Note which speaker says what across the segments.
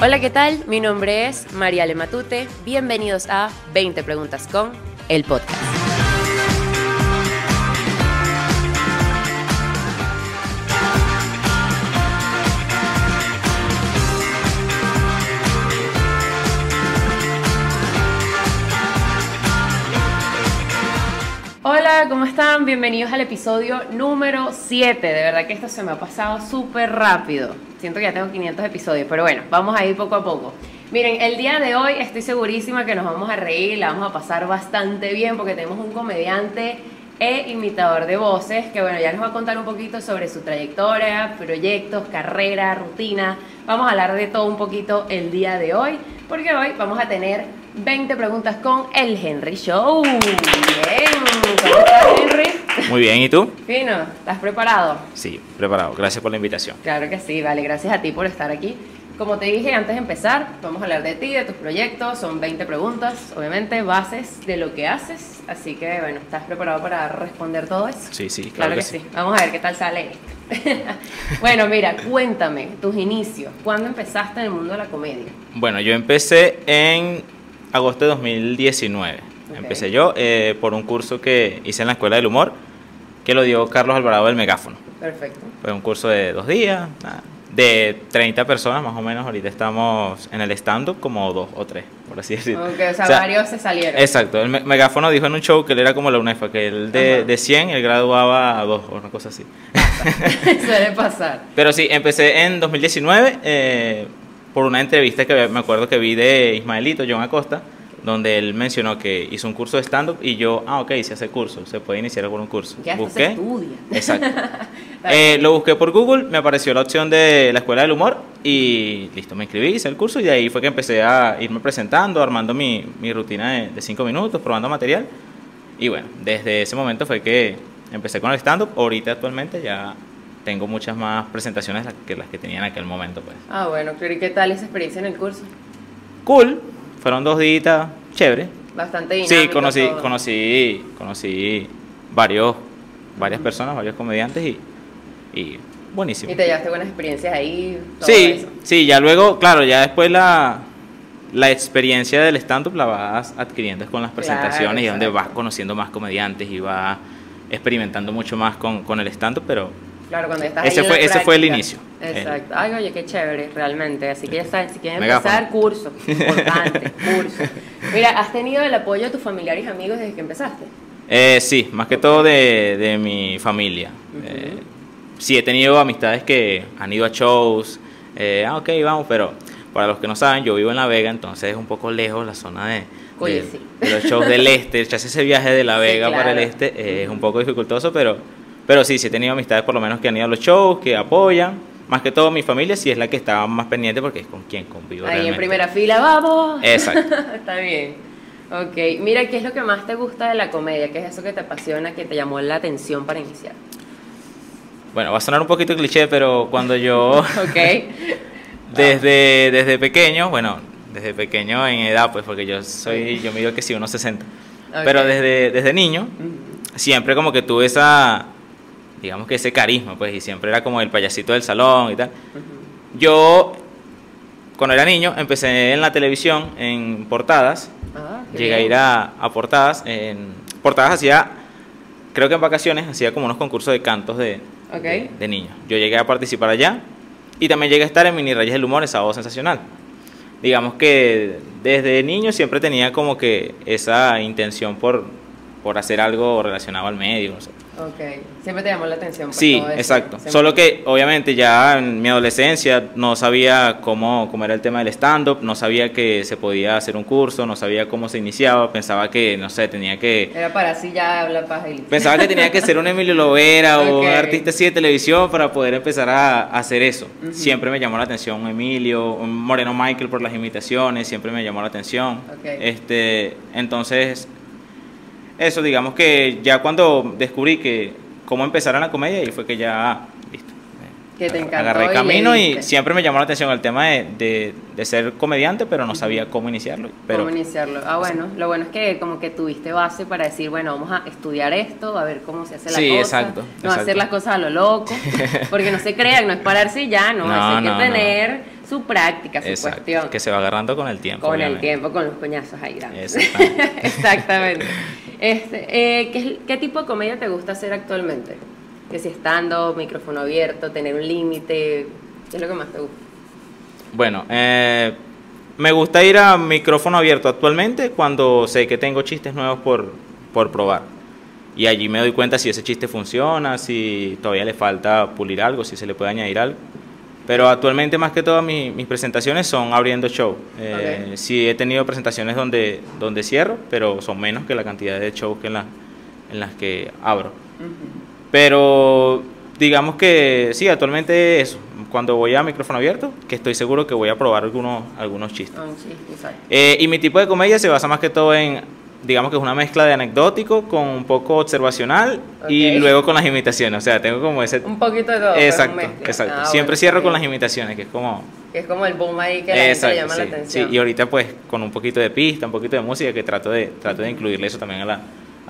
Speaker 1: Hola, ¿qué tal? Mi nombre es María Lematute. Bienvenidos a 20 Preguntas con el podcast. Hola, ¿cómo están? Bienvenidos al episodio número 7. De verdad que esto se me ha pasado súper rápido. Siento que ya tengo 500 episodios, pero bueno, vamos a ir poco a poco. Miren, el día de hoy estoy segurísima que nos vamos a reír, la vamos a pasar bastante bien porque tenemos un comediante e imitador de voces que bueno, ya nos va a contar un poquito sobre su trayectoria, proyectos, carrera, rutina. Vamos a hablar de todo un poquito el día de hoy, porque hoy vamos a tener 20 preguntas con el Henry Show. Bien, ¿cómo estás, Henry?
Speaker 2: Muy bien, ¿y tú?
Speaker 1: Fino, ¿estás preparado?
Speaker 2: Sí, preparado. Gracias por la invitación.
Speaker 1: Claro que sí, vale, gracias a ti por estar aquí. Como te dije antes de empezar, vamos a hablar de ti, de tus proyectos, son 20 preguntas, obviamente bases de lo que haces, así que bueno, ¿estás preparado para responder todo eso?
Speaker 2: Sí, sí, claro
Speaker 1: Claro
Speaker 2: que
Speaker 1: que sí. Vamos a ver qué tal sale esto. bueno, mira, cuéntame tus inicios, ¿cuándo empezaste en el mundo de la comedia?
Speaker 2: Bueno, yo empecé en agosto de 2019.
Speaker 1: Ok.
Speaker 2: Empecé yo eh, por un curso que hice en la Escuela del Humor, que lo dio Carlos Alvarado del Megáfono.
Speaker 1: Perfecto.
Speaker 2: Fue un curso de dos días, nada, de 30 personas más o menos. Ahorita estamos en el stand-up como dos o tres, por así decirlo.
Speaker 1: Ok, o sea,
Speaker 2: O sea,
Speaker 1: varios se salieron.
Speaker 2: Exacto, el me- megáfono dijo en un show que él era como la UNEFA, que él
Speaker 1: Ajá.
Speaker 2: de, de 100, él graduaba a dos o una cosa así.
Speaker 1: Suele pasar.
Speaker 2: Pero sí, empecé en 2019 eh, por una entrevista que me acuerdo que vi de Ismaelito, John Acosta, donde él mencionó que hizo un curso de stand-up y yo, ah, ok, se hace curso, se puede iniciar algún curso.
Speaker 1: Ya esto se
Speaker 2: busqué.
Speaker 1: estudia.
Speaker 2: Exacto. Eh, lo busqué por Google, me apareció la opción de la Escuela del Humor y listo, me inscribí, hice el curso y de ahí fue que empecé a irme presentando, armando mi, mi rutina de, de cinco minutos, probando material. Y bueno, desde ese momento fue que empecé con el stand-up. Ahorita actualmente ya tengo muchas más presentaciones la- que las que tenía en aquel momento. pues.
Speaker 1: Ah, bueno, claro, ¿y qué tal esa experiencia en el curso?
Speaker 2: Cool, fueron dos días, chévere.
Speaker 1: Bastante dinámico.
Speaker 2: Sí, conocí,
Speaker 1: todo.
Speaker 2: conocí, conocí varios, varias personas, varios comediantes y, y buenísimo.
Speaker 1: Y te llevaste buenas experiencias ahí. todo
Speaker 2: Sí,
Speaker 1: eso.
Speaker 2: sí, ya luego, claro, ya después la, la experiencia del stand-up la vas adquiriendo es con las
Speaker 1: Claro,
Speaker 2: presentaciones y donde vas
Speaker 1: exacto.
Speaker 2: conociendo más comediantes y vas experimentando mucho más con, con el stand-up, pero
Speaker 1: Claro, cuando estás
Speaker 2: Ese
Speaker 1: ahí en
Speaker 2: fue-
Speaker 1: la
Speaker 2: ese fue el
Speaker 1: práctica.
Speaker 2: inicio.
Speaker 1: Exacto. Ay, oye, qué chévere, realmente. Así que ya saben, si quieren
Speaker 2: Megáfono.
Speaker 1: empezar, curso. Importante, curso. Mira, ¿has tenido el apoyo de tus familiares y amigos desde que empezaste?
Speaker 2: eh, sí, más que todo de, de mi familia. Eh, sí, he tenido amistades que han ido a shows, eh, ah, ok, vamos, pero para los que no saben, yo vivo en La Vega, entonces es un poco lejos la zona de,
Speaker 1: Oye,
Speaker 2: de-
Speaker 1: sí.
Speaker 2: de los shows del este, echarse ese viaje de La
Speaker 1: Sí,
Speaker 2: Vega para el
Speaker 1: claro.
Speaker 2: este eh, es un poco dificultoso, pero, pero sí, sí he tenido amistades por lo menos que han ido a los shows, que apoyan. Más que todo mi familia sí es la que estaba más pendiente porque es con quien convivo.
Speaker 1: ahí en
Speaker 2: realmente. Eh.
Speaker 1: primera fila, ¡vamos!
Speaker 2: Exacto.
Speaker 1: Está bien. Ok, mira, ¿qué es lo que más te gusta de la comedia? ¿Qué es eso que te apasiona, que te llamó la atención para iniciar?
Speaker 2: Bueno, va a sonar un poquito cliché, pero cuando yo
Speaker 1: Ok.
Speaker 2: desde, desde pequeño, bueno, desde pequeño en edad, pues porque yo soy, yo mido que sí, unos 60.
Speaker 1: Ok. Mm.
Speaker 2: Pero desde, desde niño, siempre como que tuve esa, digamos que ese carisma, pues, y siempre era como el payasito del salón y tal. Yo, cuando era niño, empecé en la televisión, en portadas,
Speaker 1: Ah, qué
Speaker 2: llegué a
Speaker 1: bien.
Speaker 2: ir a, a portadas, en portadas hacía, creo que en vacaciones, hacía como unos concursos de cantos de,
Speaker 1: Ok.
Speaker 2: de, de niños. Yo llegué a participar allá y también llegué a estar en Mini Reyes del Humor, en Sábado Sensacional. Digamos que desde niño siempre tenía como que esa intención por, por hacer algo relacionado al medio. no sé.
Speaker 1: Ok, siempre te llamó la atención. pues,
Speaker 2: Sí,
Speaker 1: todo eso.
Speaker 2: exacto.
Speaker 1: Siempre-
Speaker 2: Solo que obviamente ya en mi adolescencia no sabía cómo, cómo era el tema del stand-up, no sabía que se podía hacer un curso, no sabía cómo se iniciaba, pensaba que, no sé, tenía que...
Speaker 1: Era para así ya habla paja y listo.
Speaker 2: Pensaba que tenía que ser un Emilio Lovera o un
Speaker 1: Ok.
Speaker 2: artista así de televisión para poder empezar a, a hacer eso. Siempre me llamó la atención un Emilio, un Moreno Michael por las imitaciones, siempre me llamó la atención.
Speaker 1: Ok.
Speaker 2: Este, entonces, eso digamos que ya cuando descubrí que cómo empezar en la comedia y fue que ya, ah, listo.
Speaker 1: Que te
Speaker 2: Agar-
Speaker 1: encantó y
Speaker 2: Agarré
Speaker 1: le
Speaker 2: camino y
Speaker 1: diste.
Speaker 2: siempre me llamó la atención el tema de, de- de ser comediante, pero no sabía cómo iniciarlo. Pero,
Speaker 1: ¿Cómo iniciarlo? Ah, bueno, lo bueno es que como que tuviste base para decir, bueno, vamos a estudiar esto, a ver cómo se hace la
Speaker 2: Sí,
Speaker 1: cosa.
Speaker 2: exacto,
Speaker 1: No hacer
Speaker 2: exacto.
Speaker 1: las cosas a lo loco, porque no se crean, no es pararse y ya, no,
Speaker 2: No,
Speaker 1: eso hay que
Speaker 2: no, no.
Speaker 1: tener su práctica, su
Speaker 2: Exacto,
Speaker 1: cuestión.
Speaker 2: Que se va agarrando con el tiempo.
Speaker 1: Con el
Speaker 2: obviamente.
Speaker 1: tiempo, con los coñazos ahí grandes.
Speaker 2: Exactamente.
Speaker 1: Exactamente. Este, eh, ¿qué, qué tipo de comedia te gusta hacer actualmente? Que si estando, micrófono abierto, tener un límite, ¿qué es lo que más te gusta?
Speaker 2: Bueno, eh, me gusta ir a micrófono abierto actualmente cuando sé que tengo chistes nuevos por, por probar. Y allí me doy cuenta si ese chiste funciona, si todavía le falta pulir algo, si se le puede añadir algo. Pero actualmente más que todo mi- mis presentaciones son abriendo show. Eh,
Speaker 1: Ok.
Speaker 2: Sí he tenido presentaciones donde, donde cierro, pero son menos que la cantidad de shows que en, la- en las que abro. Pero digamos que sí, actualmente eso. Cuando voy a micrófono abierto, que estoy seguro que voy a probar algunos, algunos chistes.
Speaker 1: Ah, Un chiste, exacto.
Speaker 2: Eh, y mi tipo de comedia se basa más que todo en, digamos que es una mezcla de anecdótico con un poco observacional
Speaker 1: Ok.
Speaker 2: y luego con las imitaciones. O sea, tengo como ese...
Speaker 1: Un poquito de todo. pero
Speaker 2: exacto,
Speaker 1: mezcla.
Speaker 2: exacto.
Speaker 1: Ah,
Speaker 2: Siempre
Speaker 1: bueno,
Speaker 2: cierro
Speaker 1: ok.
Speaker 2: con las imitaciones, que es como...
Speaker 1: Que es como el boom ahí que a la gente le llama
Speaker 2: sí,
Speaker 1: la atención.
Speaker 2: sí. Y ahorita pues con un poquito de pista, un poquito de música, que trato de, trato de incluirle eso también a la... a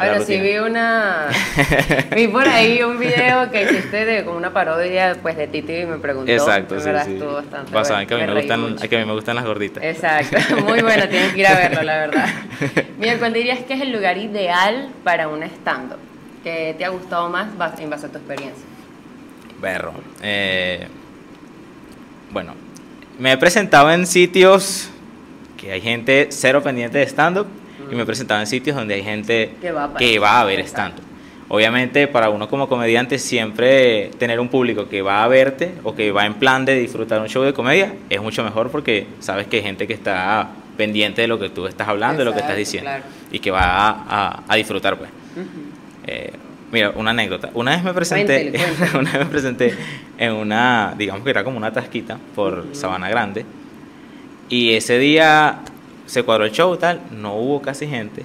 Speaker 2: la
Speaker 1: Ahora sí
Speaker 2: rutina.
Speaker 1: vi una. Vi por ahí un video que hiciste de como una parodia pues, de Titi y me preguntó.
Speaker 2: Exacto,
Speaker 1: En
Speaker 2: sí,
Speaker 1: verdad
Speaker 2: sí.
Speaker 1: estuvo bastante.
Speaker 2: Basado en
Speaker 1: bueno,
Speaker 2: que a mí me
Speaker 1: reí
Speaker 2: gustan,
Speaker 1: mucho.
Speaker 2: a que a mí me gustan las gorditas.
Speaker 1: Exacto, muy bueno, tienes que ir a verlo, la verdad. Mira, ¿cuál dirías que es el lugar ideal para un stand-up? ¿Qué te ha gustado más bas- en base a tu experiencia?
Speaker 2: Berro. Eh, bueno, me he presentado en sitios que hay gente cero pendiente de stand-up y me he presentado en sitios donde hay gente
Speaker 1: Mm. Que va para-
Speaker 2: que va a ver
Speaker 1: Exacto.
Speaker 2: stand-up. Obviamente, para uno como comediante, siempre tener un público que va a verte o que va en plan de disfrutar un show de comedia es mucho mejor porque sabes que hay gente que está pendiente de lo que tú estás hablando, de lo que estás
Speaker 1: Exacto,
Speaker 2: diciendo
Speaker 1: claro.
Speaker 2: y que va a, a- a disfrutar, pues. Eh, mira, una anécdota. Una vez me presenté,
Speaker 1: Cuéntelo, cuéntelo.
Speaker 2: una vez me presenté en una, digamos que era como una tasquita por Sabana Grande. Y ese día se cuadró el show, tal, no hubo casi gente.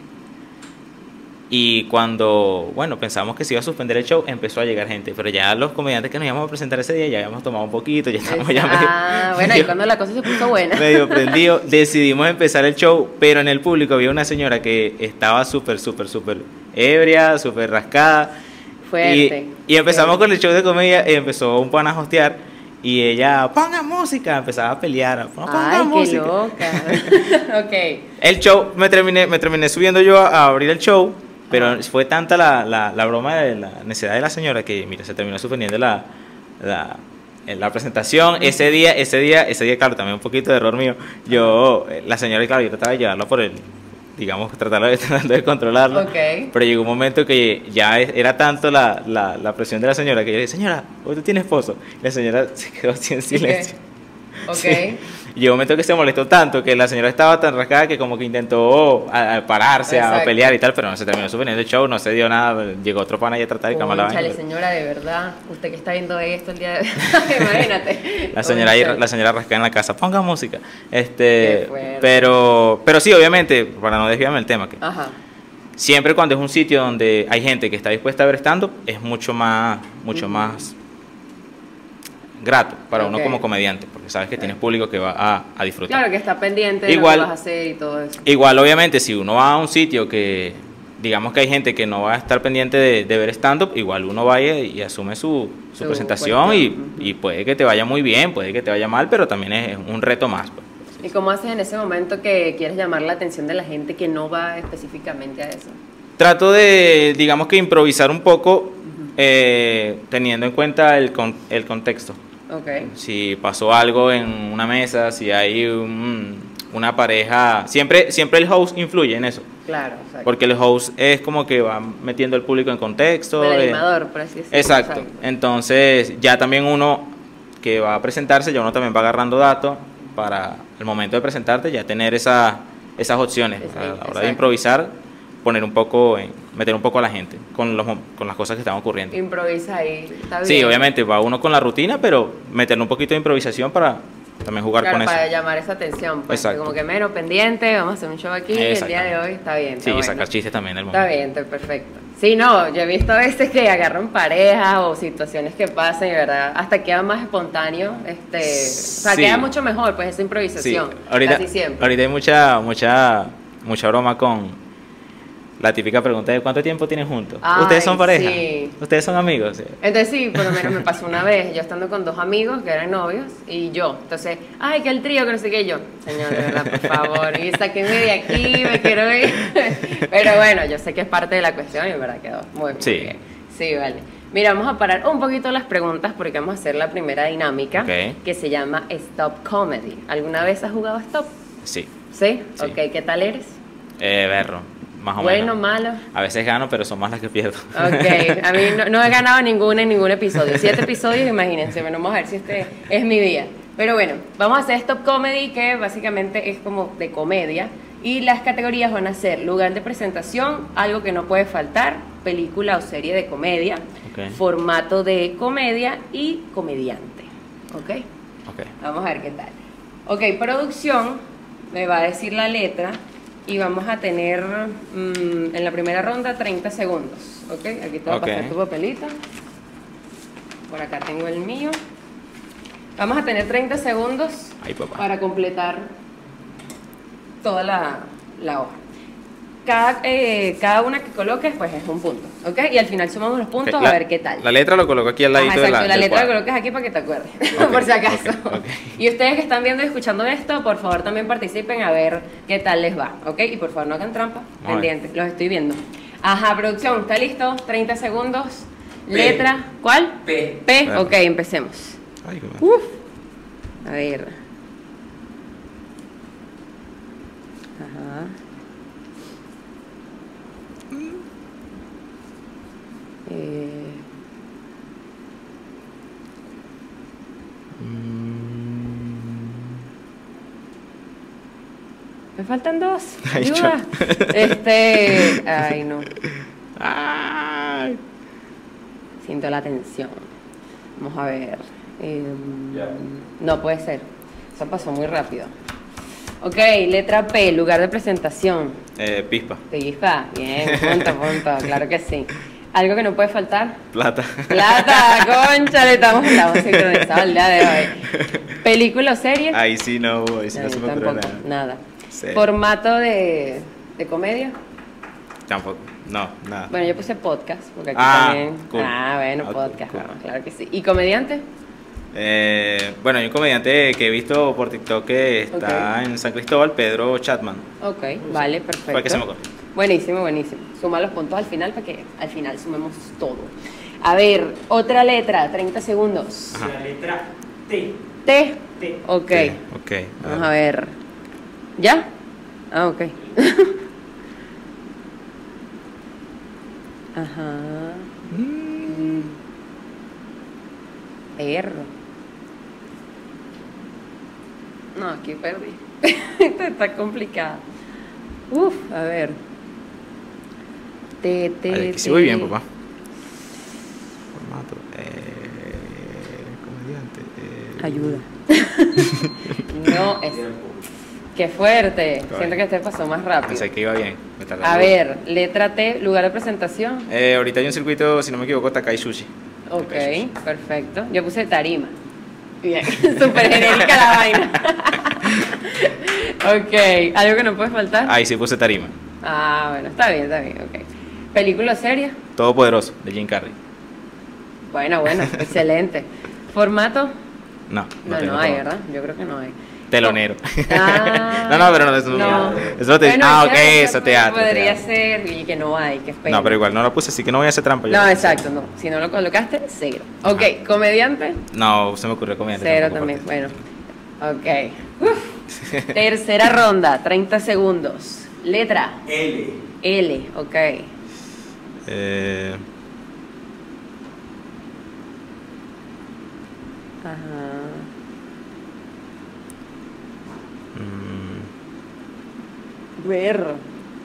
Speaker 2: Y cuando, bueno, pensamos que se iba a suspender el show, empezó a llegar gente. Pero ya los comediantes que nos íbamos a presentar ese día ya habíamos tomado un poquito, ya estábamos ya medio-
Speaker 1: ah, bueno, y
Speaker 2: medio-
Speaker 1: cuando la cosa se puso buena.
Speaker 2: medio prendido. Decidimos empezar el show, pero en el público había una señora que estaba súper, súper, súper ebria, súper rascada.
Speaker 1: Fuerte.
Speaker 2: Y, y empezamos con el show de comedia, y empezó un pan a hostear y ella, ponga música, empezaba a pelear, "No, ponga
Speaker 1: Ay, qué
Speaker 2: música.
Speaker 1: loca. ok.
Speaker 2: El show, me terminé, me terminé subiendo yo a, a abrir el show, pero fue tanta la, la- la broma de la necesidad de la señora que, mira, se terminó suspendiendo la, la, eh, la presentación. Ese día, ese día, ese día, claro, también un poquito de error mío. Yo, eh, la señora, claro, yo trataba de llevarla por el, digamos, tratar de, tratar de controlarla.
Speaker 1: Ok.
Speaker 2: Pero llegó un momento que ya es- era tanto la, la, la presión de la señora que yo le dije, señora, ¿usted tiene esposo? La señora se quedó así en silencio.
Speaker 1: Ok.
Speaker 2: Sí. Llegó un momento que se molestó tanto que la señora estaba tan rascada que como que intentó a- a pararse a
Speaker 1: Exacto.
Speaker 2: pelear y tal, pero no se terminó suspendiendo el show, no se dio nada, llegó otro pana y a tratar de calmar la vaina,
Speaker 1: Cónchale,
Speaker 2: pero
Speaker 1: señora, de verdad, usted que está viendo esto el día de imagínate.
Speaker 2: La señora ahí-
Speaker 1: Cónchale.
Speaker 2: la señora rascada en la casa, ponga música. Este,
Speaker 1: Qué fuerte.
Speaker 2: pero pero sí, obviamente, para no desviarme del tema, que
Speaker 1: Ajá.
Speaker 2: siempre cuando es un sitio donde hay gente que está dispuesta a ver stand up es mucho más mucho más grato para uno
Speaker 1: Ok.
Speaker 2: como comediante, porque sabes que tienes público que va a, a disfrutar.
Speaker 1: Claro que está pendiente de
Speaker 2: Igual-
Speaker 1: lo que vas a hacer y todo eso.
Speaker 2: Igual, obviamente, si uno va a un sitio que, digamos que hay gente que no va a estar pendiente de, de ver stand-up, igual uno va y, y asume su, su
Speaker 1: Su
Speaker 2: presentación y,
Speaker 1: cuestión, ujú.
Speaker 2: y puede que te vaya muy bien, puede que te vaya mal, pero también es un reto más. pues.
Speaker 1: ¿Y cómo haces en ese momento que quieres llamar la atención de la gente que no va específicamente a eso?
Speaker 2: Trato de, digamos que improvisar un poco eh, teniendo en cuenta el, con- el contexto.
Speaker 1: Ok.
Speaker 2: si pasó algo en una mesa, si hay un- una pareja, siempre, siempre el host influye en eso.
Speaker 1: Claro, exacto.
Speaker 2: Porque el host es como que va metiendo al público en contexto.
Speaker 1: el
Speaker 2: eh,
Speaker 1: animador, por así decirlo.
Speaker 2: Exacto. Entonces, ya también uno que va a presentarse, ya uno también va agarrando datos para el momento de presentarte, ya tener esa- esas opciones
Speaker 1: Sí,
Speaker 2: a la hora
Speaker 1: exacto.
Speaker 2: de improvisar, poner un poco, en- meter un poco a la gente con, los, mo- con las cosas que están ocurriendo.
Speaker 1: Improvisa ahí. Está
Speaker 2: Sí,
Speaker 1: bien.
Speaker 2: obviamente va uno con la rutina, pero meterle un poquito de improvisación para también jugar
Speaker 1: Claro,
Speaker 2: con
Speaker 1: para
Speaker 2: eso.
Speaker 1: llamar esa atención. Pues,
Speaker 2: Exacto.
Speaker 1: Como que menos pendiente, vamos a hacer un show aquí el día de
Speaker 2: Exactamente.
Speaker 1: hoy. Está bien. está
Speaker 2: Sí,
Speaker 1: bueno.
Speaker 2: sacar chistes también del
Speaker 1: Está
Speaker 2: momento.
Speaker 1: bien, está perfecto. Sí, no, yo he visto a veces que agarran parejas o situaciones que pasan y verdad, hasta queda más espontáneo, este, o sea,
Speaker 2: Sí.
Speaker 1: queda mucho mejor pues esa
Speaker 2: Sí,
Speaker 1: improvisación,
Speaker 2: ahorita,
Speaker 1: casi siempre.
Speaker 2: ahorita hay mucha, mucha, mucha broma con La típica pregunta de cuánto tiempo tienen juntos.
Speaker 1: Ay,
Speaker 2: ¿Ustedes son pareja?
Speaker 1: sí.
Speaker 2: ¿Ustedes son amigos? Sí.
Speaker 1: Entonces sí, por lo menos me pasó una vez, yo estando con dos amigos que eran novios y yo. Entonces, ay, que el trío, que no sé qué, y yo. Señor, de verdad, por favor, y sáquenme de aquí, me quiero ir. Pero bueno, yo sé que es parte de la cuestión y en verdad quedó muy bien.
Speaker 2: Sí.
Speaker 1: Sí, vale. Mira, vamos a parar un poquito las preguntas porque vamos a hacer la primera dinámica
Speaker 2: Ok.
Speaker 1: que se llama Stop Comedy. ¿Alguna vez has jugado Stop?
Speaker 2: Sí.
Speaker 1: ¿Sí?
Speaker 2: Sí.
Speaker 1: Ok, ¿qué tal eres?
Speaker 2: Eh, berro. Más o
Speaker 1: Bueno,
Speaker 2: menos.
Speaker 1: malo.
Speaker 2: A veces gano, pero son más las que pierdo.
Speaker 1: Ok, a mí no, no he ganado ninguna en ningún episodio. Siete episodios, imagínense. Bueno, vamos a ver si este es mi día. Pero bueno, vamos a hacer Stop Comedy, que básicamente es como de comedia. Y las categorías van a ser lugar de presentación, algo que no puede faltar, película o serie de comedia,
Speaker 2: Ok.
Speaker 1: formato de comedia y comediante. ¿Ok?
Speaker 2: Ok.
Speaker 1: Vamos a ver qué tal. Ok, producción me va a decir la letra y vamos a tener mm, en la primera ronda 30 segundos. Ok, aquí te va
Speaker 2: Ok.
Speaker 1: a pasar tu papelito. Por acá tengo el mío. Vamos a tener 30 segundos
Speaker 2: Ay, papá.
Speaker 1: para completar toda la, la hoja. Cada, eh, cada una que coloques, pues es un punto. ¿Ok? Y al final sumamos los puntos
Speaker 2: Ok, la-
Speaker 1: a ver qué tal.
Speaker 2: La letra lo coloco aquí al
Speaker 1: Ajá,
Speaker 2: ladito de
Speaker 1: exacto,
Speaker 2: la,
Speaker 1: la
Speaker 2: del
Speaker 1: letra la
Speaker 2: cuadro.
Speaker 1: colocas aquí para que te acuerdes,
Speaker 2: Ok,
Speaker 1: por si acaso.
Speaker 2: ok, ok.
Speaker 1: Y ustedes que están viendo y escuchando esto, por favor también participen a ver qué tal les va, ¿ok? Y por favor no hagan trampa,
Speaker 2: Muy
Speaker 1: pendientes, los estoy viendo. Ajá, producción, ¿está listo? 30 segundos. Letra, ¿cuál?
Speaker 3: P.
Speaker 1: P,
Speaker 2: Claro.
Speaker 1: ok, empecemos.
Speaker 2: Ay, qué mal.
Speaker 1: Uf. A ver. Ajá. Eh, Me faltan dos.
Speaker 2: Ay,
Speaker 1: Ayuda. Este. Ay, no.
Speaker 2: Ay.
Speaker 1: Siento la tensión. Vamos a ver. Em,
Speaker 2: Ya.
Speaker 1: No puede ser. Eso pasó muy rápido. Ok, letra P, lugar de presentación.
Speaker 2: Eh, pispa.
Speaker 1: Pellizca. Bien, punto, punto. Claro que sí. Algo que no puede faltar.
Speaker 2: Plata.
Speaker 1: Plata, concha, le estamos, estamos sincronizados el día de hoy. Película o serie.
Speaker 2: Ahí sí no, ahí sí no,
Speaker 1: No,
Speaker 2: se
Speaker 1: yo
Speaker 2: me ocurre
Speaker 1: tampoco,
Speaker 2: nada.
Speaker 1: nada.
Speaker 2: Serie.
Speaker 1: Formato de, de comedia.
Speaker 2: Tampoco. No, nada.
Speaker 1: Bueno, yo puse podcast, porque aquí
Speaker 2: Ah,
Speaker 1: también.
Speaker 2: cool.
Speaker 1: Ah, bueno,
Speaker 2: Ah, cool,
Speaker 1: podcast,
Speaker 2: cool.
Speaker 1: vamos, claro que sí. ¿Y comediante?
Speaker 2: Eh, bueno, hay un comediante que he visto por TikTok que está
Speaker 1: Ok.
Speaker 2: en San Cristóbal, Pedro Chatman.
Speaker 1: Ok, vale, perfecto.
Speaker 2: Para que se me ocurra.
Speaker 1: Buenísimo, buenísimo. Suma los puntos al final para que al final sumemos todo. A ver, otra letra, 30 segundos.
Speaker 2: Ajá.
Speaker 3: La letra T.
Speaker 1: T.
Speaker 3: T.
Speaker 1: Ok.
Speaker 2: Sí, ok.
Speaker 1: Vamos a ver. ¿Ya? Ah, ok. Ajá.
Speaker 2: Mm.
Speaker 1: Perro. No, aquí perdí. Esta está complicada. Uf, a ver. Te, te,
Speaker 2: Vale, que sí
Speaker 1: te.
Speaker 2: voy bien, papá. Formato. Eh, comediante. eh,
Speaker 1: Ayuda. no, es. Qué fuerte. Siento que este pasó más rápido.
Speaker 2: Pensé que iba bien. me tardé
Speaker 1: A
Speaker 2: mucho.
Speaker 1: ver, letra T, lugar de presentación.
Speaker 2: Eh, ahorita hay un circuito, si no me equivoco, Takai Sushi.
Speaker 1: Ok,
Speaker 2: Takai Sushi.
Speaker 1: perfecto. Yo puse tarima. Bien, súper genérica la vaina. ok, ¿algo que no puede faltar?
Speaker 2: Ahí sí puse Tarima.
Speaker 1: Ah, bueno, está bien, está bien, ok. ¿Película o serie?
Speaker 2: Todopoderoso, de Jim Carrey.
Speaker 1: Bueno, bueno, excelente. ¿Formato?
Speaker 2: No,
Speaker 1: No, no,
Speaker 2: tengo
Speaker 1: hay,
Speaker 2: formato.
Speaker 1: ¿verdad? Yo creo que no hay.
Speaker 2: Telonero.
Speaker 1: Ah.
Speaker 2: no, no, pero no, eso
Speaker 1: No.
Speaker 2: eso te-
Speaker 1: Bueno,
Speaker 2: ah,
Speaker 1: eso-
Speaker 2: ok, eso teatro.
Speaker 1: Podría
Speaker 2: teatro.
Speaker 1: ser, y que no hay, que es
Speaker 2: No, pero igual no lo puse, así que no voy a hacer trampa. yo.
Speaker 1: No, exacto, no. Si no lo colocaste, cero. Ok,
Speaker 2: Ajá.
Speaker 1: comediante.
Speaker 2: No, se me ocurrió comediante.
Speaker 1: Cero
Speaker 2: tampoco,
Speaker 1: también,
Speaker 2: aparte.
Speaker 1: bueno. Ok. Uf. Tercera ronda, 30 segundos. Letra
Speaker 3: L.
Speaker 1: L, ok.
Speaker 2: Eh,
Speaker 1: Ajá.
Speaker 2: mm,
Speaker 1: Ver.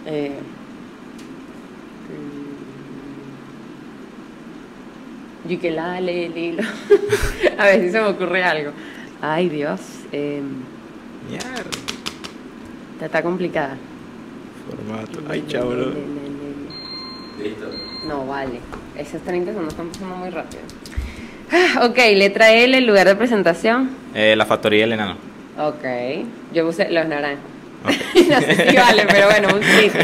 Speaker 1: Eh. mm, Yukelale, Lilo. A ver si se me ocurre algo. Ay, Dios. eh,
Speaker 2: mierda,
Speaker 1: esta está complicada.
Speaker 2: formato. Ay, chavo.
Speaker 1: Le, le,
Speaker 2: bro.
Speaker 1: le, le, le.
Speaker 3: Listo.
Speaker 1: No, vale. Esos 30 segundos están pasando muy rápido. Ah, Ok, letra L, lugar de presentación.
Speaker 2: Eh, la factoría del enano.
Speaker 1: Ok. Yo puse los naranjos. no sé si vale, pero bueno, un tip.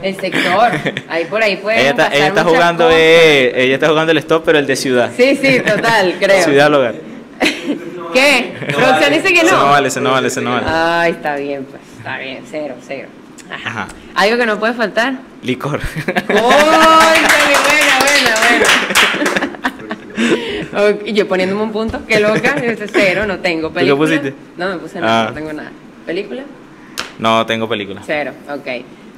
Speaker 1: El sector. Ahí por ahí puede.
Speaker 2: Ella está, ella está jugando eh, ella está jugando el stop, pero el de ciudad.
Speaker 1: Sí, sí, total, creo.
Speaker 2: Ciudad al hogar.
Speaker 1: ¿Qué?
Speaker 3: No
Speaker 1: Roxanne
Speaker 3: vale.
Speaker 1: dice que
Speaker 2: Ese
Speaker 1: no. Ah.
Speaker 2: no vale, ese no vale, ese no vale.
Speaker 1: Ay, está bien, pues. Está bien, cero, cero. Ajá.
Speaker 2: Ajá.
Speaker 1: ¿Algo que no puede faltar?
Speaker 2: Licor.
Speaker 1: ¡Ay, buena, buena, buena! Ok, Y yo poniéndome un punto, qué loca, yo hice cero, no tengo.
Speaker 2: qué
Speaker 1: ¿Película?
Speaker 2: pusiste?
Speaker 1: No, me puse nada,
Speaker 2: Ah.
Speaker 1: no tengo nada. ¿Película?
Speaker 2: No tengo película.
Speaker 1: Cero, ok.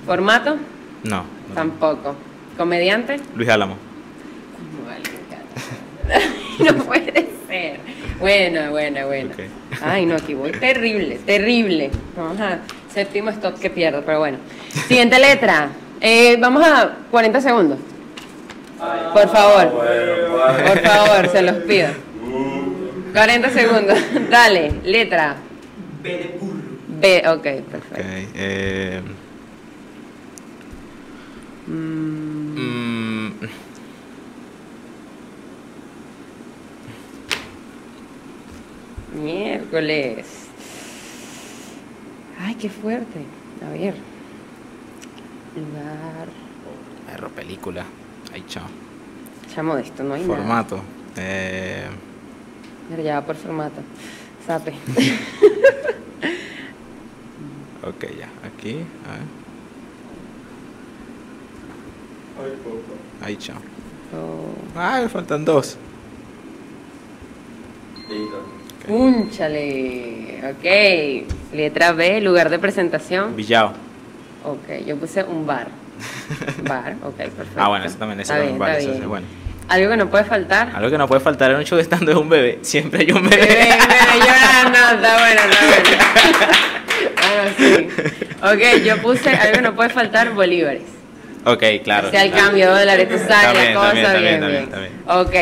Speaker 1: ¿Formato?
Speaker 2: No. no.
Speaker 1: Tampoco. ¿Comediante?
Speaker 2: Luis Álamo.
Speaker 1: No, vale, me encanta. No puede ser. Buena, buena, buena.
Speaker 2: Ok.
Speaker 1: Ay, no, aquí voy. Terrible, terrible. Ajá. Séptimo stop que pierdo, pero bueno. Siguiente letra. Eh, vamos a 40 segundos. Por favor. Por favor, se los pido. 40 segundos. Dale, letra.
Speaker 3: B de burro.
Speaker 1: B, ok,
Speaker 2: Ok,
Speaker 1: perfecto.
Speaker 2: eh, mm,
Speaker 1: Miércoles. Ay, qué fuerte. A ver. Lugar.
Speaker 2: erro película. Ay, chao.
Speaker 1: Chamo de esto, no hay nada.
Speaker 2: Formato. Eh,
Speaker 1: Mira, ya va por formato. Sape.
Speaker 2: ok, ya. Aquí. A ver. Ay, chao.
Speaker 1: Oh,
Speaker 2: Ay, faltan dos.
Speaker 3: Listo.
Speaker 1: Únchale. Ok. Letra B, lugar de presentación.
Speaker 2: Villao.
Speaker 1: Ok, yo puse un bar. Bar, ok, perfecto.
Speaker 2: Ah, bueno, eso también, eso
Speaker 1: Está
Speaker 2: también
Speaker 1: bien,
Speaker 2: vale,
Speaker 1: está
Speaker 2: eso
Speaker 1: bien.
Speaker 2: es bueno.
Speaker 1: Algo que no puede faltar.
Speaker 2: Algo que no puede faltar en un show de stand es un bebé. Siempre hay un
Speaker 1: Bebé,
Speaker 2: bebé.
Speaker 1: bebé, llorando, está bueno, está bueno. Bueno, sí. Ok, yo puse algo que no puede faltar, bolívares.
Speaker 2: ok, claro.
Speaker 1: o sea, el
Speaker 2: claro.
Speaker 1: cambio de dólares, tú
Speaker 2: Está
Speaker 1: sabes,
Speaker 2: bien,
Speaker 1: la cosa,
Speaker 2: está bien,
Speaker 1: bien,
Speaker 2: está
Speaker 1: bien.
Speaker 2: bien,
Speaker 1: Ok.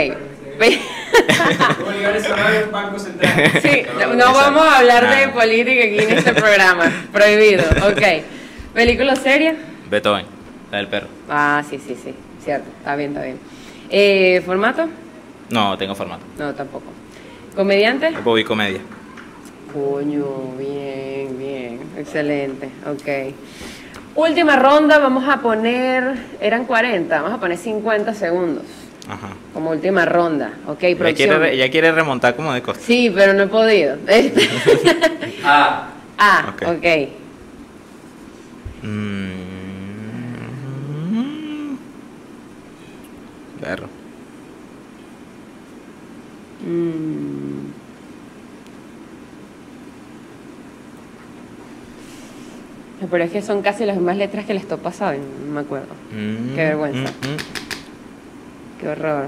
Speaker 3: Bolívares son los bancos centrales.
Speaker 1: Sí, no,
Speaker 2: Exacto.
Speaker 1: vamos a hablar de
Speaker 2: Nada.
Speaker 1: política aquí en este programa. Prohibido. Ok. ¿Película seria?
Speaker 2: Beethoven, la del perro.
Speaker 1: Ah, sí, sí, sí. Cierto. Está bien, está bien. Eh, ¿Formato?
Speaker 2: No, tengo formato.
Speaker 1: No, tampoco. ¿Comediante?
Speaker 2: Bobby Comedia.
Speaker 1: Coño, bien, bien. Excelente. Ok. Última ronda, vamos a poner. Eran 40, vamos a poner 50 segundos.
Speaker 2: Ajá.
Speaker 1: Como última ronda. Ok,
Speaker 2: Ella
Speaker 1: producción.
Speaker 2: quiere, re- ella quiere remontar como de costa.
Speaker 1: Sí, pero no he podido.
Speaker 3: A.
Speaker 1: ah,
Speaker 2: Ok.
Speaker 1: ok.
Speaker 2: Mm. Perro.
Speaker 1: Mm. Pero es que son casi las mismas letras que les topa, ¿saben? No me acuerdo.
Speaker 2: Mm,
Speaker 1: Qué vergüenza.
Speaker 2: mm, mm.
Speaker 1: Qué horror.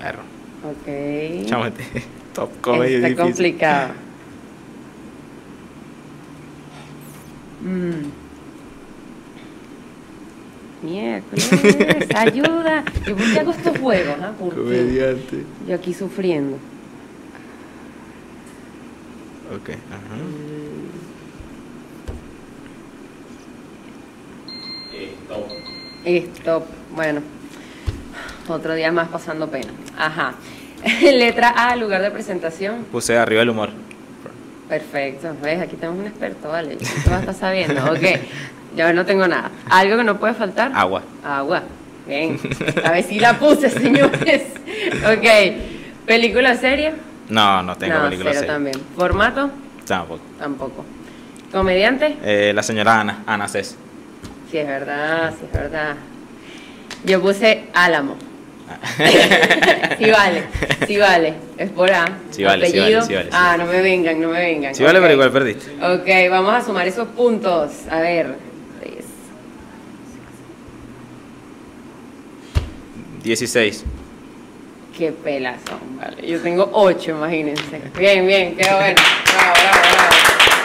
Speaker 2: Perro.
Speaker 1: Ok.
Speaker 2: Chámate. Top comedy.
Speaker 1: Mm. Está
Speaker 2: difícil.
Speaker 1: complicado. Mm. Miércoles, ayuda. ¿Yo por qué hago estos juegos? ah? ¿Por qué?
Speaker 2: Comediante.
Speaker 1: Yo aquí sufriendo.
Speaker 2: Ok. Ajá.
Speaker 3: Esto.
Speaker 1: Esto, bueno, otro día más pasando pena. Ajá. Letra A, lugar de presentación.
Speaker 2: Puse arriba el humor.
Speaker 1: Perfecto. ¿Ves? Aquí tenemos un experto, vale. Tú vas a estar sabiendo. Ok. Yo no tengo nada. ¿Algo que no puede faltar?
Speaker 2: Agua.
Speaker 1: Agua. Bien. A ver si la puse, señores. Ok. ¿Película seria?
Speaker 2: No, no tengo
Speaker 1: no,
Speaker 2: película
Speaker 1: cero
Speaker 2: seria.
Speaker 1: también. ¿Formato?
Speaker 2: Tampoco.
Speaker 1: Tampoco. ¿Comediante?
Speaker 2: Eh, la señora Ana, Ana Cés.
Speaker 1: Sí, es verdad, sí, es verdad. Yo puse Álamo. sí vale, sí vale. Es por A.
Speaker 2: Sí vale, sí
Speaker 1: Apellido.
Speaker 2: vale, sí vale, sí
Speaker 1: Ah, no me vengan, no me vengan.
Speaker 2: Sí, vale,
Speaker 1: Ok.
Speaker 2: pero igual perdiste.
Speaker 1: Ok, vamos a sumar esos puntos. A ver. tres.
Speaker 2: 16.
Speaker 1: Qué pelazón, vale. Yo tengo ocho, imagínense. Bien, bien, qué bueno. Bravo, bravo, bravo.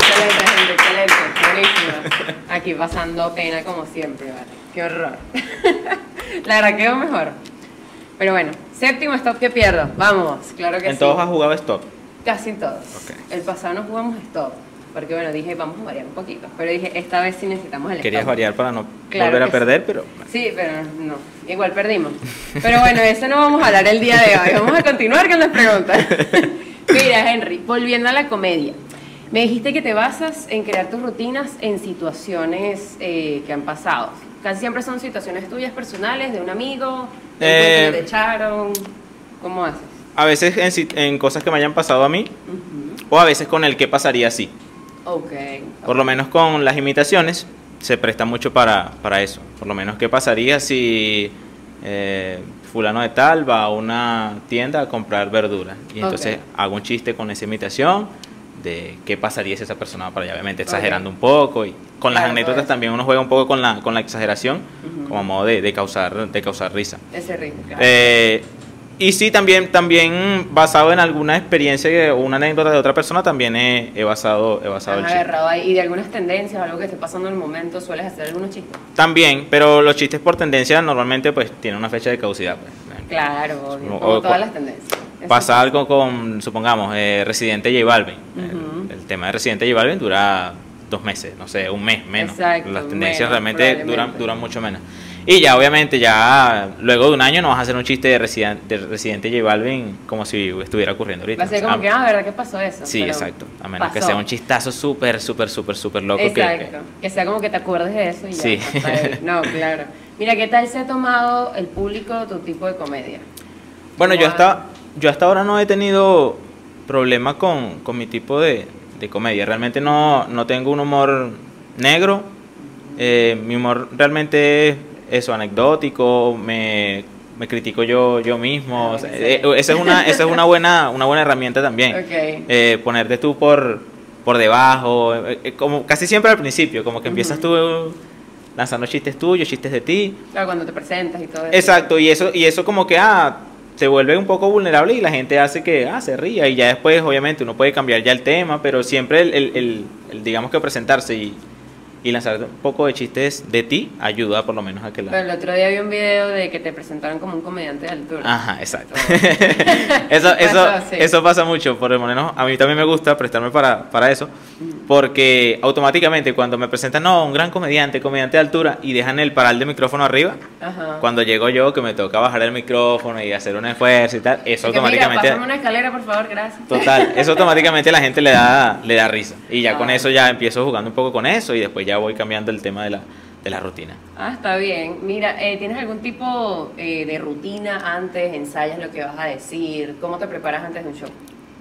Speaker 1: Excelente, gente, excelente. Buenísimo. Aquí pasando pena como siempre, vale. Qué horror. La verdad quedó mejor. Pero bueno, séptimo stop que pierdo. Vamos, claro que
Speaker 2: En
Speaker 1: sí.
Speaker 2: todos has jugado stop.
Speaker 1: Casi en todos.
Speaker 2: Ok.
Speaker 1: El pasado no jugamos stop. Porque bueno, dije, vamos a variar un poquito. Pero dije, esta vez sí necesitamos el
Speaker 2: Querías
Speaker 1: stop.
Speaker 2: variar para no
Speaker 1: Claro
Speaker 2: volver a
Speaker 1: que
Speaker 2: perder, pero.
Speaker 1: Sí, pero no, igual perdimos. Pero bueno, de eso no vamos a hablar el día de hoy. Vamos a continuar con las preguntas. Mira, Henry, volviendo a la comedia. Me dijiste que te basas en crear tus rutinas en situaciones eh, que han pasado. Casi siempre son situaciones tuyas personales, de un amigo, de
Speaker 2: Eh.
Speaker 1: que te echaron. ¿Cómo haces?
Speaker 2: A veces en, sit- en cosas que me hayan pasado a mí,
Speaker 1: Ujú.
Speaker 2: o a veces con el que pasaría así.
Speaker 1: Ok.
Speaker 2: Por lo menos con las imitaciones se presta mucho para, para eso. Por lo menos, ¿qué pasaría si eh, fulano de tal va a una tienda a comprar verduras? Y entonces
Speaker 1: Ok.
Speaker 2: hago un chiste con esa imitación de qué pasaría si esa persona va para allá. Obviamente
Speaker 1: Ok.
Speaker 2: exagerando un poco y con las
Speaker 1: Claro,
Speaker 2: anécdotas
Speaker 1: eso.
Speaker 2: también uno juega un poco con la, con la exageración
Speaker 1: Ujú.
Speaker 2: como modo de, de causar, de causar risa.
Speaker 1: Ese ritmo. claro.
Speaker 2: Eh, y sí, también, también basado en alguna experiencia que- o una anécdota de otra persona, también he, he basado, he
Speaker 1: Te
Speaker 2: basado
Speaker 1: han
Speaker 2: el chiste.
Speaker 1: agarrado ahí. Y de algunas tendencias o algo que esté pasando en el momento, sueles hacer algunos chistes.
Speaker 2: También, pero los chistes por tendencia normalmente pues tienen una fecha de caducidad. pues.
Speaker 1: Claro, obvio,
Speaker 2: O-
Speaker 1: como
Speaker 2: o-
Speaker 1: todas las tendencias. Eso
Speaker 2: Pasa algo con, supongamos, eh, Residente J Balvin. El-
Speaker 1: Ujú.
Speaker 2: el, tema de Residente J Balvin dura dos meses, no sé, un mes menos.
Speaker 1: Exacto,
Speaker 2: Las tendencias
Speaker 1: menos,
Speaker 2: realmente duran,
Speaker 1: probablemente.
Speaker 2: duran mucho menos. Y ya, obviamente, ya luego de un año no vas a hacer un chiste de Residente, de Residente J Balvin como si estuviera ocurriendo ahorita.
Speaker 1: Va a ser
Speaker 2: A-
Speaker 1: como que, ah, ¿verdad que pasó eso?
Speaker 2: Sí,
Speaker 1: Pero
Speaker 2: exacto. A menos que
Speaker 1: pasó.
Speaker 2: sea un chistazo súper, súper, súper, súper loco. que- que-
Speaker 1: Exacto. Que, sea como que te acuerdes de eso y ya.
Speaker 2: Sí.
Speaker 1: hasta ahí. No, claro. Mira, ¿qué tal se ha tomado el público tu tipo de comedia?
Speaker 2: Bueno, yo
Speaker 1: Wow.
Speaker 2: hasta, yo hasta ahora no he tenido problema con, con mi tipo de, de comedia. Realmente no, no tengo un humor negro. Eh, mi humor realmente es eso, anecdótico. Me, me critico yo, yo mismo.
Speaker 1: Ah,
Speaker 2: O sea,
Speaker 1: bueno,
Speaker 2: eh, esa es una, esa es una buena, una buena herramienta también.
Speaker 1: Ok.
Speaker 2: Eh, ponerte tú por, por debajo. eh, eh, como casi siempre al principio, como que empiezas tú lanzando chistes tuyos, chistes de ti.
Speaker 1: Claro, Ah, cuando te presentas y todo eso.
Speaker 2: Exacto, y eso, y eso como que ah, te vuelve un poco vulnerable y la gente hace que ah, se ría y ya después obviamente uno puede cambiar ya el tema, pero siempre el, el- el- el, digamos que presentarse y, y lanzar un poco de chistes de ti ayuda por lo menos a que
Speaker 1: Pero
Speaker 2: la...
Speaker 1: el otro día vi un video de que te presentaron como un comediante de altura.
Speaker 2: Ajá, exacto. eso, eso,
Speaker 1: Pasó, sí.
Speaker 2: eso pasa mucho, por lo menos a mí también me gusta prestarme para, para eso, porque automáticamente cuando me presentan, no, un gran comediante, comediante de altura, y dejan el paral de micrófono arriba,
Speaker 1: Ajá.
Speaker 2: Cuando llego yo, que me toca bajar el micrófono y hacer un esfuerzo y tal, eso
Speaker 1: Y que,
Speaker 2: automáticamente.
Speaker 1: Mira, pásame una escalera, por favor, gracias.
Speaker 2: Total, eso automáticamente la gente le da, le da risa. Y ya con
Speaker 1: Ah.
Speaker 2: eso ya empiezo jugando un poco con eso y después ya voy cambiando el tema de la, de la rutina.
Speaker 1: Ah, está bien. Mira, eh, ¿tienes algún tipo eh, de rutina antes? ¿Ensayas lo que vas a decir? ¿Cómo te preparas antes de un show?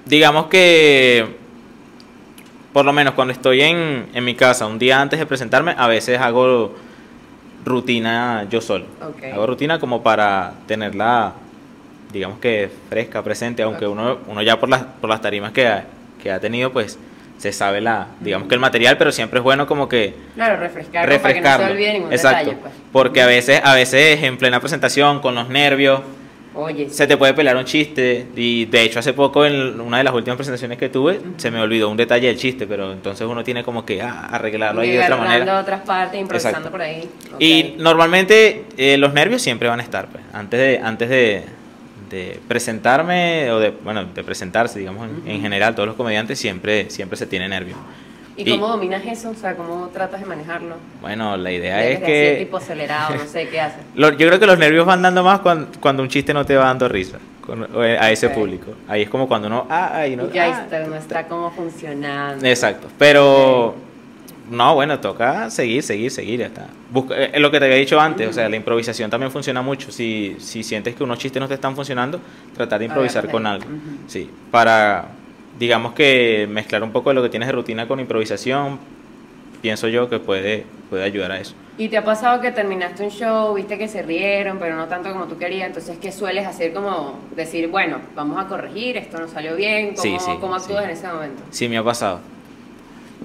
Speaker 2: Digamos que, por lo menos cuando estoy en, en mi casa, un día antes de presentarme, a veces hago rutina yo solo.
Speaker 1: Ok.
Speaker 2: Hago rutina como para tenerla, digamos que fresca, presente, aunque
Speaker 1: Ok.
Speaker 2: uno, uno ya por las, por las tarimas que ha, que ha tenido, pues se sabe la, digamos que el material, pero siempre es bueno como que
Speaker 1: Claro, refrescarlo, para que
Speaker 2: refrescarlo.
Speaker 1: no se olvide ningún
Speaker 2: Exacto.
Speaker 1: detalle. pues.
Speaker 2: Porque a veces, a veces en plena presentación, con los nervios,
Speaker 1: Oye,
Speaker 2: se te puede pelar un chiste. Y de hecho, hace poco, en una de las últimas presentaciones que tuve, se me olvidó un detalle del chiste, pero entonces uno tiene como que ah, arreglarlo ahí de otra
Speaker 1: agarrando
Speaker 2: manera.
Speaker 1: otras partes, improvisando
Speaker 2: Exacto.
Speaker 1: por ahí.
Speaker 2: Y normalmente eh, los nervios siempre van a estar, pues, antes de, antes de, de presentarme, o de, bueno, de presentarse, digamos, en, en general, todos los comediantes siempre, siempre se tiene nervios.
Speaker 1: ¿Y cómo dominas eso? O sea, ¿cómo tratas de manejarlo?
Speaker 2: Bueno, la idea
Speaker 1: Tienes
Speaker 2: es
Speaker 1: hacer
Speaker 2: que...
Speaker 1: tipo acelerado, no sé qué haces.
Speaker 2: Lo- yo creo que los nervios van dando más cuan- cuando, un chiste no te va dando risa con- o, eh, a ese
Speaker 1: Ok.
Speaker 2: público. Ahí es como cuando uno... Ah, ahí no,
Speaker 1: Y ya
Speaker 2: ah,
Speaker 1: está, no está como funcionando.
Speaker 2: Exacto, pero no, bueno, toca seguir, seguir, seguir, ya está. Busca- eh, eh, lo que te había dicho antes, o sea, la improvisación también funciona mucho. Si, si sientes que unos chistes no te están funcionando, tratar de improvisar
Speaker 1: Agarrarle.
Speaker 2: con algo.
Speaker 1: Ujú.
Speaker 2: Sí, para, digamos que mezclar un poco de lo que tienes de rutina con improvisación, pienso yo que puede, puede ayudar a eso.
Speaker 1: ¿Y te ha pasado que terminaste un show, viste que se rieron, pero no tanto como tú querías? Entonces, ¿qué sueles hacer? Como decir, bueno, vamos a corregir, esto no salió bien, ¿cómo,
Speaker 2: Sí, sí,
Speaker 1: cómo actúas
Speaker 2: sí.
Speaker 1: en ese momento?
Speaker 2: Sí, me ha pasado.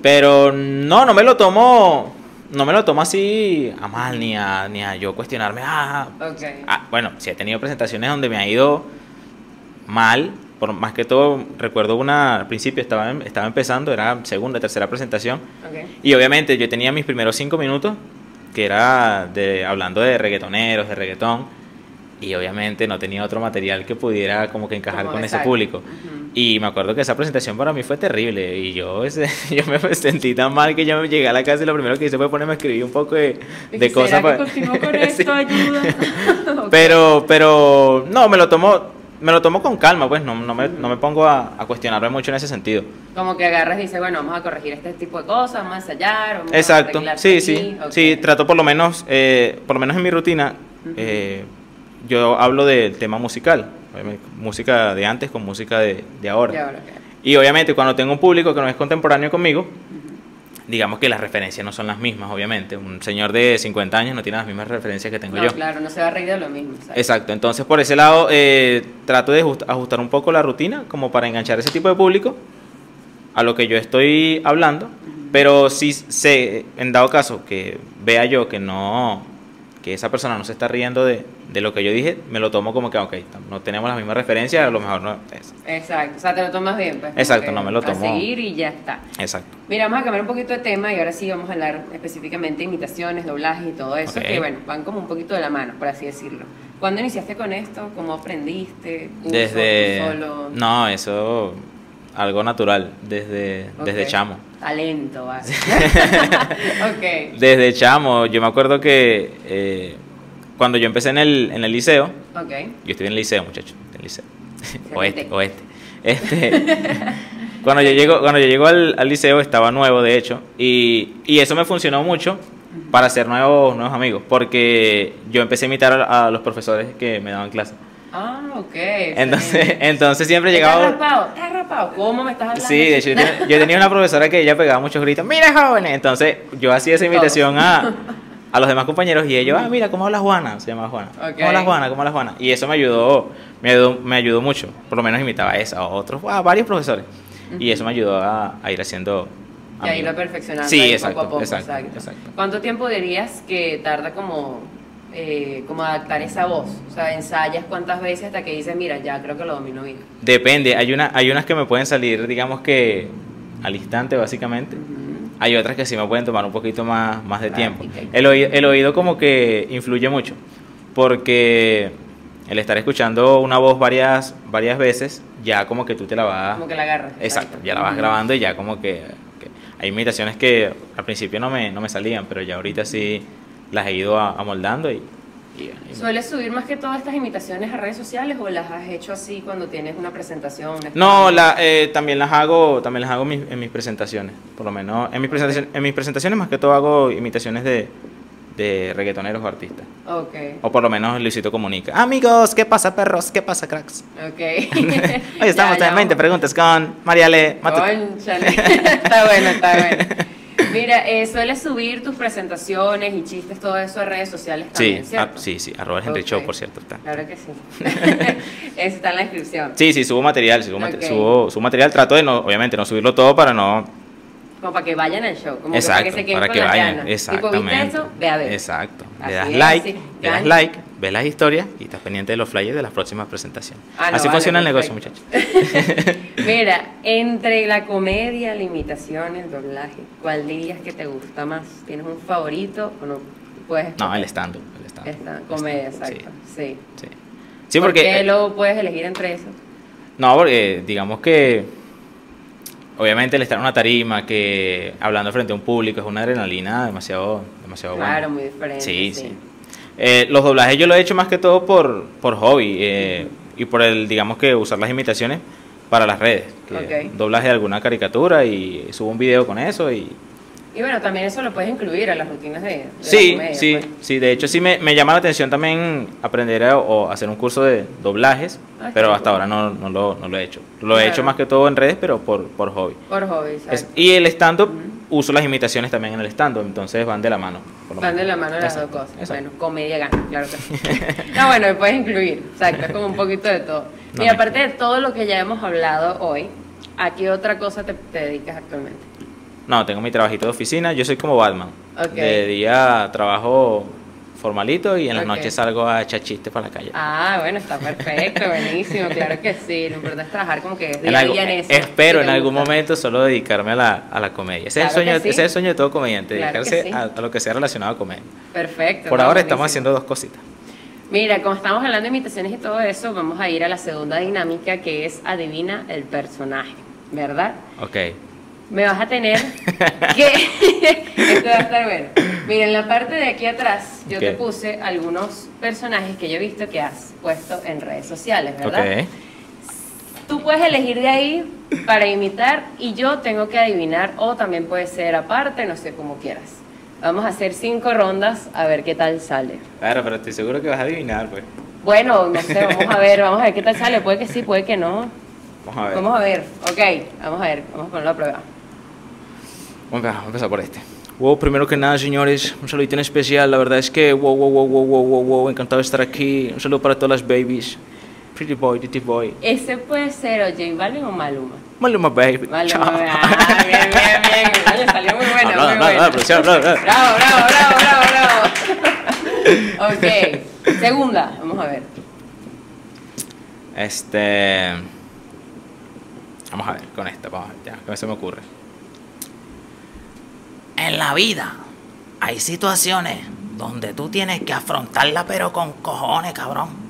Speaker 2: Pero no, no me lo tomo, no me lo tomo así a mal, ni a, ni a yo cuestionarme, ah,
Speaker 1: Ok.
Speaker 2: Ah, bueno, sí he tenido presentaciones donde me ha ido mal. Por más que todo, recuerdo una al principio, estaba, em- estaba empezando, era segunda, tercera presentación.
Speaker 1: ok.
Speaker 2: Y obviamente yo tenía mis primeros cinco minutos, que era de, hablando de reggaetoneros, de reggaetón. Y obviamente no tenía otro material que pudiera como que encajar
Speaker 1: Como
Speaker 2: con ese
Speaker 1: exacto.
Speaker 2: público.
Speaker 1: Ujú.
Speaker 2: Y me acuerdo que esa presentación para mí fue terrible. Y yo, ese- yo me sentí tan mal que yo me llegué a la casa y lo primero que hice fue ponerme a escribir un poco de, de
Speaker 1: Dije, ¿Será
Speaker 2: cosas. para-
Speaker 1: que continúo con
Speaker 2: Sí.
Speaker 1: esto? Ayuda. Ok.
Speaker 2: Pero, pero, no, me lo tomo, me lo tomo con calma, pues no, no me, no me pongo a, a cuestionarme mucho en ese sentido.
Speaker 1: Como que agarras y dices, bueno, vamos a corregir este tipo de cosas, vamos a ensayar, vamos a
Speaker 2: Exacto,
Speaker 1: arreglar
Speaker 2: sí,
Speaker 1: aquí,
Speaker 2: sí.
Speaker 1: ok.
Speaker 2: Sí, trato por lo menos, eh, por lo menos en mi rutina, eh, yo hablo del tema musical, obviamente, música de antes con música de, de
Speaker 1: Y
Speaker 2: ahora.
Speaker 1: ahora, ok.
Speaker 2: Y obviamente cuando tengo un público que no es contemporáneo conmigo, digamos que las referencias no son las mismas, obviamente. Un señor de 50 años no tiene las mismas referencias que tengo
Speaker 1: No,
Speaker 2: yo.
Speaker 1: claro, no se va a reír de lo mismo. ¿sabes?
Speaker 2: Exacto, entonces por ese lado eh, trato de ajust- ajustar un poco la rutina como para enganchar ese tipo de público a lo que yo estoy hablando, pero si sé, en dado caso que vea yo que no, que esa persona no se está riendo de, de lo que yo dije, me lo tomo como que, ok, no tenemos las mismas referencias, a lo mejor no es.
Speaker 1: Exacto, o sea, te lo tomas bien. Pues, como
Speaker 2: Exacto,
Speaker 1: que
Speaker 2: no me lo
Speaker 1: A
Speaker 2: tomo.
Speaker 1: seguir y ya está.
Speaker 2: Exacto.
Speaker 1: Mira, vamos a cambiar un poquito de tema y ahora sí vamos a hablar específicamente de imitaciones, doblajes y todo eso,
Speaker 2: Ok.
Speaker 1: que bueno, van como un poquito de la mano, por así decirlo. ¿Cuándo iniciaste con esto? ¿Cómo aprendiste? ¿Cursos, tú
Speaker 2: Desde...
Speaker 1: solo?
Speaker 2: No, eso algo natural, desde, desde
Speaker 1: Ok.
Speaker 2: chamo.
Speaker 1: Talento, va. ok,
Speaker 2: Desde chamo, yo me acuerdo que eh, cuando yo empecé en el, en el liceo,
Speaker 1: ok.
Speaker 2: yo estoy en el liceo, muchachos, en el liceo.
Speaker 1: Excelente.
Speaker 2: Oeste, oeste. Este, cuando yo llego, cuando yo llego al, al liceo estaba nuevo, de hecho, y, y eso me funcionó mucho para hacer nuevos, nuevos amigos, porque yo empecé a imitar a, a los profesores que me daban clase.
Speaker 1: Ah, ok.
Speaker 2: Entonces,
Speaker 1: excelente.
Speaker 2: entonces siempre
Speaker 1: ¿Estás
Speaker 2: llegaba...
Speaker 1: rapado? ¿Estás rapado? ¿Cómo me estás hablando?
Speaker 2: Sí, de hecho, yo tenía, yo tenía una profesora que ella pegaba muchos gritos, mira jóvenes, entonces yo hacía esa imitación a, a los demás compañeros y ellos, ah, mira, ¿cómo habla Juana? Se llama Juana.
Speaker 1: Ok.
Speaker 2: ¿Cómo habla Juana? ¿Cómo habla Juana? Y eso me ayudó, me ayudó, me ayudó mucho, por lo menos imitaba a esa, a otros, a varios profesores. Y eso me ayudó a, a ir haciendo...
Speaker 1: Y ahí lo
Speaker 2: amigos.
Speaker 1: perfeccionando
Speaker 2: Sí,
Speaker 1: ahí
Speaker 2: exacto,
Speaker 1: poco a poco.
Speaker 2: exacto, exacto.
Speaker 1: ¿Cuánto tiempo dirías que tarda como, eh, como adaptar esa voz? O sea, ensayas cuántas veces hasta que dices, mira, ya creo que lo domino bien.
Speaker 2: Depende, hay, una, hay unas que me pueden salir, digamos que al instante, básicamente. Hay otras que sí me pueden tomar un poquito más, más de
Speaker 1: Ah,
Speaker 2: tiempo.
Speaker 1: Práctica.
Speaker 2: El oído, el oído como que influye mucho, porque el estar escuchando una voz varias, varias veces, ya como que tú te la vas...
Speaker 1: Como que la agarras.
Speaker 2: Ah, Exacto, ya la vas
Speaker 1: Ujú.
Speaker 2: grabando y ya como que... que- hay imitaciones que al principio no me, no me salían, pero ya ahorita sí las he ido a- amoldando y... y- y-
Speaker 1: ¿Sueles subir más que todas estas imitaciones a redes sociales o las has hecho así cuando tienes una presentación? una
Speaker 2: No, la, eh, también las hago, también las hago en mis, en mis presentaciones, por lo menos en mis presentaciones, en mis presentaciones más que todo hago imitaciones de, de reggaetoneros o artistas,
Speaker 1: Ok,
Speaker 2: o por lo menos Luisito comunica. Amigos, ¿qué pasa perros? ¿Qué pasa cracks?
Speaker 1: ok.
Speaker 2: Hoy estamos
Speaker 1: Ya, ya
Speaker 2: en 20
Speaker 1: vamos.
Speaker 2: preguntas con Mariale Matute.
Speaker 1: Cónchale. está bueno, está bueno. Mira, eh, sueles subir tus presentaciones y chistes, todo eso a redes sociales
Speaker 2: Sí,
Speaker 1: también,
Speaker 2: ah,
Speaker 1: ¿cierto?
Speaker 2: sí, sí, arroba el Henry
Speaker 1: Ok.
Speaker 2: Show, por cierto. está.
Speaker 1: Claro que sí. Eso está en la descripción.
Speaker 2: Sí, sí, subo material, subo, mate-
Speaker 1: Ok.
Speaker 2: subo- subo material, trato de no, obviamente no subirlo todo para no...
Speaker 1: Como para que vayan al show. Como
Speaker 2: exacto,
Speaker 1: que para que se queden con las
Speaker 2: vayan.
Speaker 1: ganas. Tipo, ¿viste
Speaker 2: Exactamente.
Speaker 1: eso? Ve a ver.
Speaker 2: Exacto.
Speaker 1: Así
Speaker 2: le das
Speaker 1: es,
Speaker 2: like,
Speaker 1: así,
Speaker 2: le das
Speaker 1: gan-
Speaker 2: like, ves las historias y estás pendiente de los flyers de las próximas presentaciones.
Speaker 1: Ah, no,
Speaker 2: así
Speaker 1: vale,
Speaker 2: funciona el negocio,
Speaker 1: perfecto.
Speaker 2: muchachos.
Speaker 1: Mira, entre la comedia, la imitación, el doblaje, ¿cuál dirías que te gusta más? ¿Tienes un favorito o no? Puedes
Speaker 2: No, el stand-up. El stand
Speaker 1: Esta comedia, exacto. Sí.
Speaker 2: Sí, Sí,
Speaker 1: ¿Por
Speaker 2: porque... eh,
Speaker 1: qué luego puedes elegir entre esos?
Speaker 2: No, porque digamos que obviamente el estar en una tarima que hablando frente a un público es una adrenalina demasiado, demasiado buena.
Speaker 1: Claro, muy diferente.
Speaker 2: Sí, sí. Eh, los doblajes yo lo he hecho más que todo por, por hobby eh, y por el, digamos que usar las imitaciones para las redes. que
Speaker 1: Ok.
Speaker 2: Doblaje de alguna caricatura y subo un video con eso y...
Speaker 1: Y bueno, también eso lo puedes incluir a las rutinas de, de la
Speaker 2: Sí,
Speaker 1: comedia,
Speaker 2: sí,
Speaker 1: pues.
Speaker 2: sí, de hecho sí me, me llama la atención también aprender a- o hacer un curso de doblajes,
Speaker 1: Ah,
Speaker 2: pero
Speaker 1: qué
Speaker 2: hasta
Speaker 1: cool.
Speaker 2: ahora no, no lo, no lo he hecho. Lo he
Speaker 1: Claro.
Speaker 2: hecho más que todo en redes, pero por, por hobby.
Speaker 1: Por hobby,
Speaker 2: Es-
Speaker 1: exacto.
Speaker 2: y el stand-up, uso las imitaciones también en el stand-up, entonces van de la mano. por lo
Speaker 1: Van de
Speaker 2: menos.
Speaker 1: la mano las
Speaker 2: Exacto,
Speaker 1: dos cosas.
Speaker 2: exacto.
Speaker 1: Bueno, comedia gana, claro que sí. no, bueno, me puedes incluir, exacto, es como un poquito de todo.
Speaker 2: No,
Speaker 1: y
Speaker 2: no.
Speaker 1: aparte de todo lo que ya hemos hablado hoy, ¿a qué otra cosa te, te dedicas actualmente?
Speaker 2: No, tengo mi trabajito de oficina, yo soy como Batman.
Speaker 1: Ok.
Speaker 2: De día trabajo formalito y en las
Speaker 1: Ok.
Speaker 2: noches salgo a echar chistes para la calle.
Speaker 1: Ah, bueno, está perfecto, buenísimo, claro que sí. Lo importante es trabajar como que
Speaker 2: En
Speaker 1: día a
Speaker 2: algún-
Speaker 1: día en eso.
Speaker 2: espero
Speaker 1: que
Speaker 2: en
Speaker 1: te
Speaker 2: algún
Speaker 1: gusta.
Speaker 2: momento solo dedicarme a la, a la comedia. Ese,
Speaker 1: Claro
Speaker 2: es el sueño,
Speaker 1: que sí.
Speaker 2: ese es el sueño de todo comediante,
Speaker 1: Claro que
Speaker 2: dedicarse
Speaker 1: sí.
Speaker 2: a, a lo que sea relacionado a comedia.
Speaker 1: Perfecto.
Speaker 2: Por
Speaker 1: no,
Speaker 2: ahora estamos
Speaker 1: buenísimo.
Speaker 2: haciendo dos cositas.
Speaker 1: Mira, como estamos hablando de imitaciones y todo eso, vamos a ir a la segunda dinámica que es adivina el personaje, ¿verdad?
Speaker 2: Ok.
Speaker 1: Me vas a tener que. Esto va a estar bueno. Mira, en la parte de aquí atrás yo te
Speaker 2: Ok.
Speaker 1: puse algunos personajes que yo he visto que has puesto en redes sociales, ¿verdad?
Speaker 2: Ok.
Speaker 1: Tú puedes elegir de ahí para imitar y yo tengo que adivinar o también puede ser aparte, no sé, como quieras. Vamos a hacer cinco rondas a ver qué tal sale.
Speaker 2: Claro, pero estoy seguro que vas a adivinar, pues.
Speaker 1: Bueno, no sé, vamos a ver, vamos a ver qué tal sale. Puede que sí, puede que no.
Speaker 2: Vamos a ver.
Speaker 1: Vamos a ver, ok, vamos a ver, vamos a ponerlo a prueba.
Speaker 2: Vamos a empezar- vamos a empezar por este. Wow, primero que nada, señores, un saludito en especial. La verdad es que, wow, wow, wow, wow, wow, wow, wow, encantado de estar aquí. Un saludo para todas las babies. Pretty boy, pretty boy.
Speaker 1: Ese puede ser o J Balvin o Maluma.
Speaker 2: Maluma, baby.
Speaker 1: Maluma, ah, bien, bien, bien. Oye, salió muy bueno,
Speaker 2: Aplaudan,
Speaker 1: muy bueno.
Speaker 2: aplaudan, producción, aplaudan.
Speaker 1: Bravo, bravo, bravo, bravo, bravo. ok, segunda, vamos a ver.
Speaker 2: Este. Vamos a ver con esta, vamos, ya, que se me ocurre.
Speaker 4: En la vida hay situaciones donde tú tienes que afrontarla, pero con cojones, cabrón.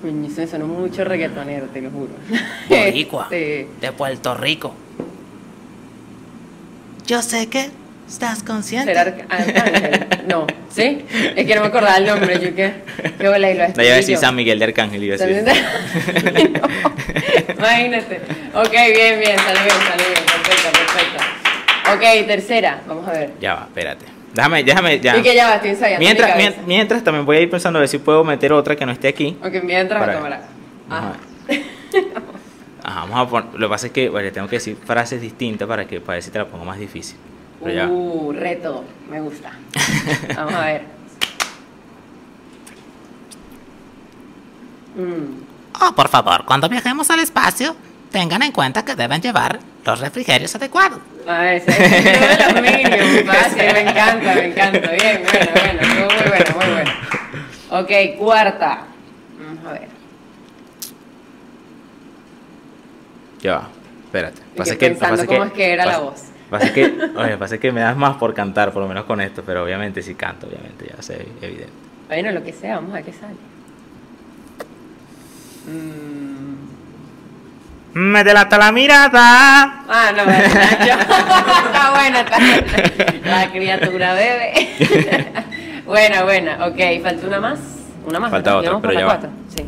Speaker 1: Coño, eso me sonó mucho reggaetonero, te lo juro.
Speaker 4: Boricua,
Speaker 1: Este,
Speaker 4: de Puerto Rico. Yo sé que estás consciente.
Speaker 1: ¿Será Arca- Arcángel? No, ¿sí? Es que no me acordaba el nombre, yo qué. Qué bola y lo
Speaker 2: La iba a decir
Speaker 1: escribí yo.
Speaker 2: San Miguel de Arcángel, iba a decir.
Speaker 1: También- No, Imagínate. Ok, bien, bien, sale bien, sale bien. Perfecta, perfecta. Ok, tercera, vamos a ver.
Speaker 2: Ya va, espérate. Déjame, déjame, ya.
Speaker 1: Y que ya va, estoy ensayando. en mi
Speaker 2: Mientras, mien-
Speaker 1: cabeza.
Speaker 2: mientras también voy a ir pensando a ver si puedo meter otra que no esté aquí.
Speaker 1: Ok, mientras la
Speaker 2: Para-
Speaker 1: cámara. Ah, Ajá.
Speaker 2: Ajá. Ah. Ajá, vamos a poner. Lo que pasa es que bueno, tengo que decir frases distintas para que para ver si te la pongo más difícil. Pero ya. va.
Speaker 1: Uh, reto, me gusta. Vamos a ver. Mm.
Speaker 4: Oh, por favor, cuando viajemos al espacio, tengan en cuenta que deben llevar los refrigerios adecuados.
Speaker 1: Ah, ese es el de los medium, fácil, me encanta, me encanta. Bien, bueno, bueno, estuvo muy bueno, muy bueno. Ok, cuarta. Vamos a ver.
Speaker 2: Ya va. Espérate.
Speaker 1: Y que pensando cómo es que era la
Speaker 2: pasa-
Speaker 1: voz.
Speaker 2: Pasa es que, oye, pasa es que me das más por cantar, por lo menos con esto, pero obviamente sí canto, obviamente, ya sé, evidente.
Speaker 1: Bueno, lo que sea, vamos a ver qué sale. Mm.
Speaker 2: Métela hasta la mirada.
Speaker 1: Ah, no, vale, Nacho. está buena, está buena. La criatura bebe. buena, buena. Ok, falta una más. Una más.
Speaker 2: Falta
Speaker 1: ¿verdad?
Speaker 2: otra,
Speaker 1: Vamos por
Speaker 2: pero
Speaker 1: la
Speaker 2: ya va.
Speaker 1: cuatro. Sí.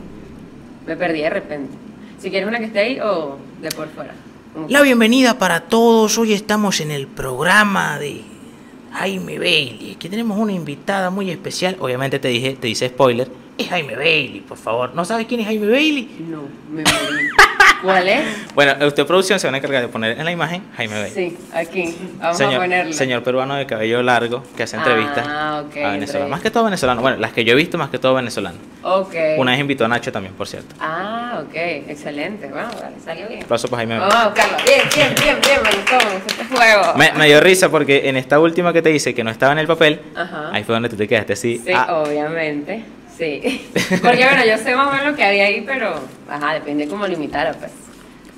Speaker 1: Me perdí de repente. Si quieres una que esté ahí o de por fuera. Como
Speaker 4: La bienvenida para todos. Hoy estamos en el programa de Jaime Bailey. Aquí tenemos una invitada muy especial. Obviamente te dije, te dice spoiler. Es Jaime Bailey, por favor. ¿No sabes quién es Jaime Bailey?
Speaker 1: No, me morí. ¿Cuál es?
Speaker 2: Bueno, usted producción se van a encargar de poner en la imagen Jaime Bey.
Speaker 1: Sí, aquí. Vamos
Speaker 2: señor,
Speaker 1: a ponerlo.
Speaker 2: señor peruano de cabello largo que hace
Speaker 1: Ah,
Speaker 2: entrevistas
Speaker 1: ok,
Speaker 2: a venezolanos. Más
Speaker 1: entrevistas.
Speaker 2: que todo venezolano. Bueno, las que yo he visto, más que todo venezolano.
Speaker 1: Ok.
Speaker 2: Una vez invitó a Nacho también, por cierto.
Speaker 1: Ah, ok. Excelente. Bueno, vale, salió bien.
Speaker 2: Aplauso para Jaime Bey.
Speaker 1: Vamos a buscarlo. Bien, bien, bien, bien. Me gustó, me gustó este juego.
Speaker 2: Me, me dio risa porque en esta última que te dice que no estaba en el papel,
Speaker 1: Ajá.
Speaker 2: ahí fue donde tú te quedaste así.
Speaker 1: Sí,
Speaker 2: ah,
Speaker 1: obviamente. Sí. Porque bueno, yo sé más o menos lo que había ahí, pero. Ajá, depende cómo limitarlo, pues.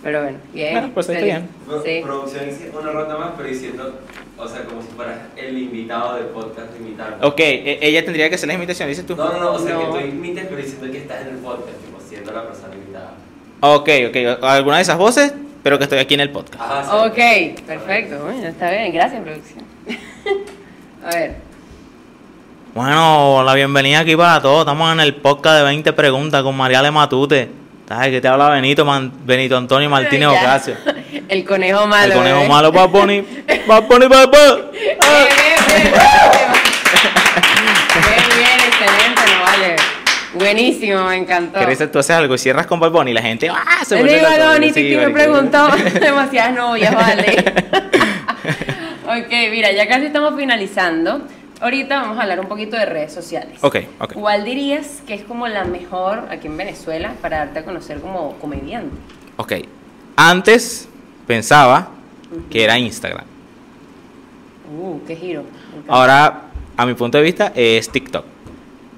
Speaker 1: Pero bueno, bien.
Speaker 2: Bueno, pues está
Speaker 1: feliz.
Speaker 3: Pro-
Speaker 1: Sí.
Speaker 3: Producción dice una ronda más, pero diciendo, o sea, como si fueras el invitado del podcast imitarlo.
Speaker 2: ok, e- ella tendría que hacer la invitación, dices tú.
Speaker 3: No, no, no, o sea,
Speaker 1: oh. No.
Speaker 3: que tú imites, pero diciendo que estás en el podcast, tipo, siendo la persona invitada.
Speaker 2: Ok, ok, alguna de esas voces, pero que estoy aquí en el podcast.
Speaker 3: Ajá, sí.
Speaker 1: Ok, perfecto. Bueno, está bien. Gracias, producción. a ver.
Speaker 2: Bueno, la bienvenida aquí para todos. Estamos en el podcast de 20 preguntas con Mariale Matute. ¿Sabes que te habla Benito, Man- Benito Antonio Martínez
Speaker 1: Ya.
Speaker 2: Ocasio?
Speaker 1: El conejo malo. eh.
Speaker 2: el conejo
Speaker 1: bebé.
Speaker 2: malo, Bad Bunny. Bad Bunny, Ah. papá.
Speaker 1: Bien, bien, bien. Bien, bien, excelente, no vale. Buenísimo, me encantó.
Speaker 2: Que risa, tú haces algo y cierras con Bad Bunny y la gente ¡ah! se
Speaker 1: Le
Speaker 2: vuelve
Speaker 1: digo
Speaker 2: loca.
Speaker 1: algo bonito
Speaker 2: Sí,
Speaker 1: y me
Speaker 2: marico.
Speaker 1: preguntó demasiadas novias, vale. ok, mira, ya casi estamos finalizando. Ahorita vamos a hablar un poquito de redes sociales.
Speaker 2: Ok, ok.
Speaker 1: ¿Cuál dirías que es como la mejor aquí en Venezuela para darte a conocer como comediante?
Speaker 2: Ok. Antes pensaba que era Instagram.
Speaker 1: Uh, qué giro. me encanta.
Speaker 2: Ahora, a mi punto de vista, es TikTok.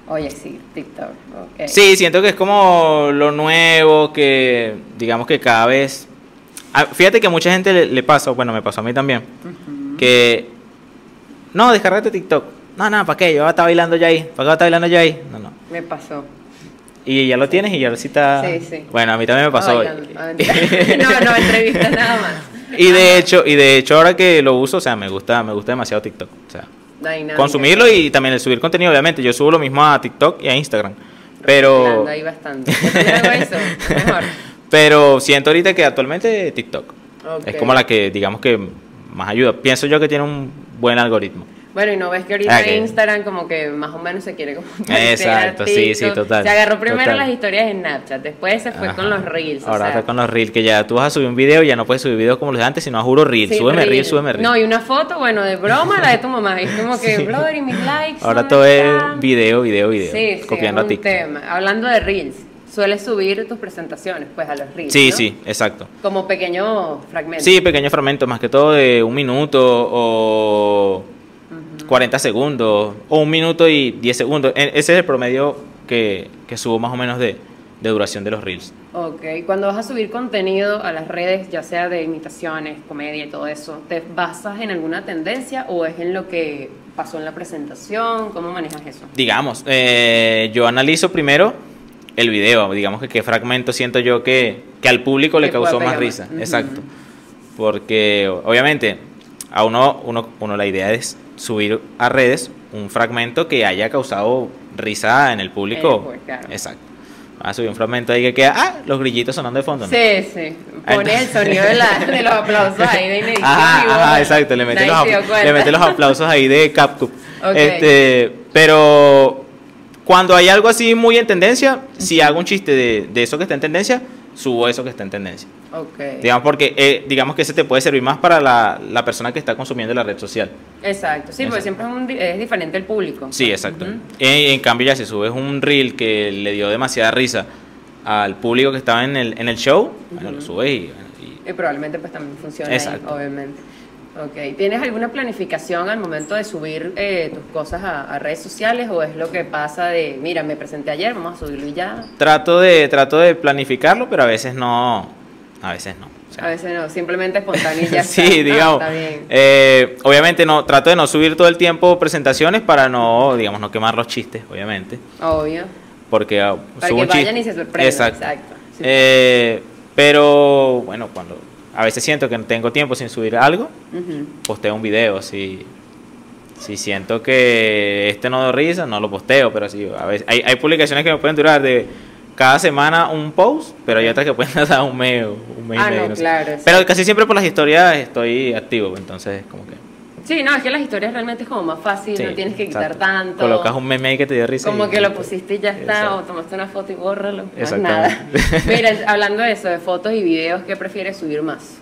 Speaker 1: Oye, sí, TikTok. ok.
Speaker 2: Sí, siento que es como lo nuevo, que digamos que cada vez... Ah, Fíjate que a mucha gente le, le pasa, bueno, me pasó a mí también, que... No, descargate TikTok. No, no, ¿para qué? Yo estaba bailando ya ahí. ¿Para qué voy a estar bailando yo ahí? No, no.
Speaker 1: Me pasó.
Speaker 2: Y ya lo tienes y ya lo cita...
Speaker 1: Sí, sí.
Speaker 2: Bueno, a mí también me pasó.
Speaker 1: Ay, no, no, no, entrevistas nada más.
Speaker 2: y de hecho, y de hecho ahora que lo uso, o sea, me gusta, me gusta demasiado TikTok. O sea,
Speaker 1: La dinámica.
Speaker 2: consumirlo y también el subir contenido, obviamente. Yo subo lo mismo a TikTok y a Instagram. Pero,
Speaker 1: Cocinando ahí bastante. Yo hago eso, mejor.
Speaker 2: pero siento ahorita que actualmente TikTok
Speaker 1: Ok.
Speaker 2: es como la que, digamos que más ayuda. Pienso yo que tiene un buen algoritmo.
Speaker 1: Bueno, y no ves que ahorita
Speaker 2: Ah, que-
Speaker 1: Instagram como que más o menos se quiere como... parecer a
Speaker 2: Exacto, sí, sí,
Speaker 1: TikTok.
Speaker 2: total,
Speaker 1: Se agarró primero
Speaker 2: total.
Speaker 1: las historias en Snapchat, después se fue con
Speaker 2: Ajá.
Speaker 1: los reels. o
Speaker 2: Ahora
Speaker 1: sea,
Speaker 2: está con los reels, que ya tú vas a subir un video y ya no puedes subir videos como los de antes, sino juro reels.
Speaker 1: sí,
Speaker 2: súbeme
Speaker 1: reel.
Speaker 2: reels, súbeme reels.
Speaker 1: No, y una foto, bueno, de broma, la de tu mamá. Es como que,
Speaker 2: Sí.
Speaker 1: brother, y mis likes.
Speaker 2: Ahora
Speaker 1: no
Speaker 2: todo es
Speaker 1: están".
Speaker 2: video, video, video.
Speaker 1: Sí, sí,
Speaker 2: copiando
Speaker 1: es
Speaker 2: a
Speaker 1: un
Speaker 2: TikTok.
Speaker 1: tema. Hablando de reels, sueles subir tus presentaciones pues a los reels,
Speaker 2: Sí,
Speaker 1: ¿no?
Speaker 2: sí, exacto.
Speaker 1: Como pequeño fragmento.
Speaker 2: Sí, pequeños fragmentos, más que todo de un minuto o 40 segundos o un minuto y 10 segundos. E- Ese es el promedio que, que subo más o menos de, de duración de los reels.
Speaker 1: Ok, cuando vas a subir contenido a las redes, ya sea de imitaciones, comedia y todo eso, ¿te basas en alguna tendencia o es en lo que pasó en la presentación? ¿Cómo manejas eso?
Speaker 2: Digamos, eh, yo analizo primero el video, digamos que qué fragmento siento yo que, que al público le
Speaker 1: Que pueda
Speaker 2: causó
Speaker 1: pegar
Speaker 2: más
Speaker 1: más.
Speaker 2: risa.
Speaker 1: Ujú.
Speaker 2: Exacto. Porque o- obviamente a uno, uno, uno la idea es subir a redes un fragmento que haya causado risa en el público.
Speaker 1: En el público, Eh, pues, claro.
Speaker 2: Exacto. Vas a subir un fragmento ahí que queda, ah, los grillitos sonando de fondo. ¿no?
Speaker 1: Sí, sí.
Speaker 2: Ah,
Speaker 1: Pones el
Speaker 2: entonces-
Speaker 1: sonido de, la- de los aplausos ahí de inedición.
Speaker 2: Ajá,
Speaker 1: y vos-
Speaker 2: ajá, exacto. Le metí,
Speaker 1: nadie
Speaker 2: los,
Speaker 1: se dio
Speaker 2: apl-
Speaker 1: cuenta.
Speaker 2: le metí los aplausos ahí de CapCut.
Speaker 1: Ok.
Speaker 2: Este, pero cuando hay algo así muy en tendencia, si hago un chiste de, de eso que está en tendencia, subo eso que está en tendencia.
Speaker 1: Ok.
Speaker 2: Digamos, porque eh, digamos que ese te puede servir más para la, la persona que está consumiendo la red social.
Speaker 1: Exacto, sí,
Speaker 2: Exacto.
Speaker 1: porque siempre es, un di- es diferente el público.
Speaker 2: Sí, exacto.
Speaker 1: Ujú.
Speaker 2: en, en cambio, ya si subes un reel que le dio demasiada risa al público que estaba en el, en el show, bueno, lo subes y- y
Speaker 1: Y probablemente pues también funciona, ahí,
Speaker 2: Exacto.
Speaker 1: obviamente. Ok, ¿tienes alguna planificación al momento de subir eh, tus cosas a, a redes sociales o es lo que pasa de, mira, me presenté ayer, vamos a subirlo y ya?
Speaker 2: Trato de, trato de planificarlo, pero a veces no. A veces no. o sea,
Speaker 1: A veces no, simplemente espontáneo y ya
Speaker 2: sí,
Speaker 1: está. Ah,
Speaker 2: digamos.
Speaker 1: está bien.
Speaker 2: eh, obviamente no, trato de no subir todo el tiempo presentaciones para no, digamos, no quemar los chistes, obviamente.
Speaker 1: Obvio.
Speaker 2: Porque ah,
Speaker 1: Para
Speaker 2: subo
Speaker 1: que
Speaker 2: un chiste.
Speaker 1: vayan y se sorprendan.
Speaker 2: Exacto.
Speaker 1: Exacto, sí.
Speaker 2: Eh, pero bueno, cuando a veces siento que no tengo tiempo sin subir algo,
Speaker 1: Ujú.
Speaker 2: posteo un video. Si, si siento que este no da risa, no lo posteo. Pero sí, a veces, hay, hay publicaciones que me pueden durar de cada semana un post, pero hay otras que pueden durar un mes, o un mes
Speaker 1: Ah,
Speaker 2: y medio.
Speaker 1: no,
Speaker 2: sé.
Speaker 1: claro, sí.
Speaker 2: Pero casi siempre por las historias estoy activo, entonces como que...
Speaker 1: Sí, no, es que las historias realmente es como más fácil,
Speaker 2: sí,
Speaker 1: no tienes que quitar
Speaker 2: exacto.
Speaker 1: tanto.
Speaker 2: Colocas un meme ahí que te dio risa.
Speaker 1: Como
Speaker 2: y-
Speaker 1: que lo pusiste y ya está,
Speaker 2: Exacto.
Speaker 1: o tomaste una foto y bórralo. Más nada.
Speaker 2: Exactamente.
Speaker 1: Mira, hablando de eso, de fotos y videos, ¿qué prefieres subir más?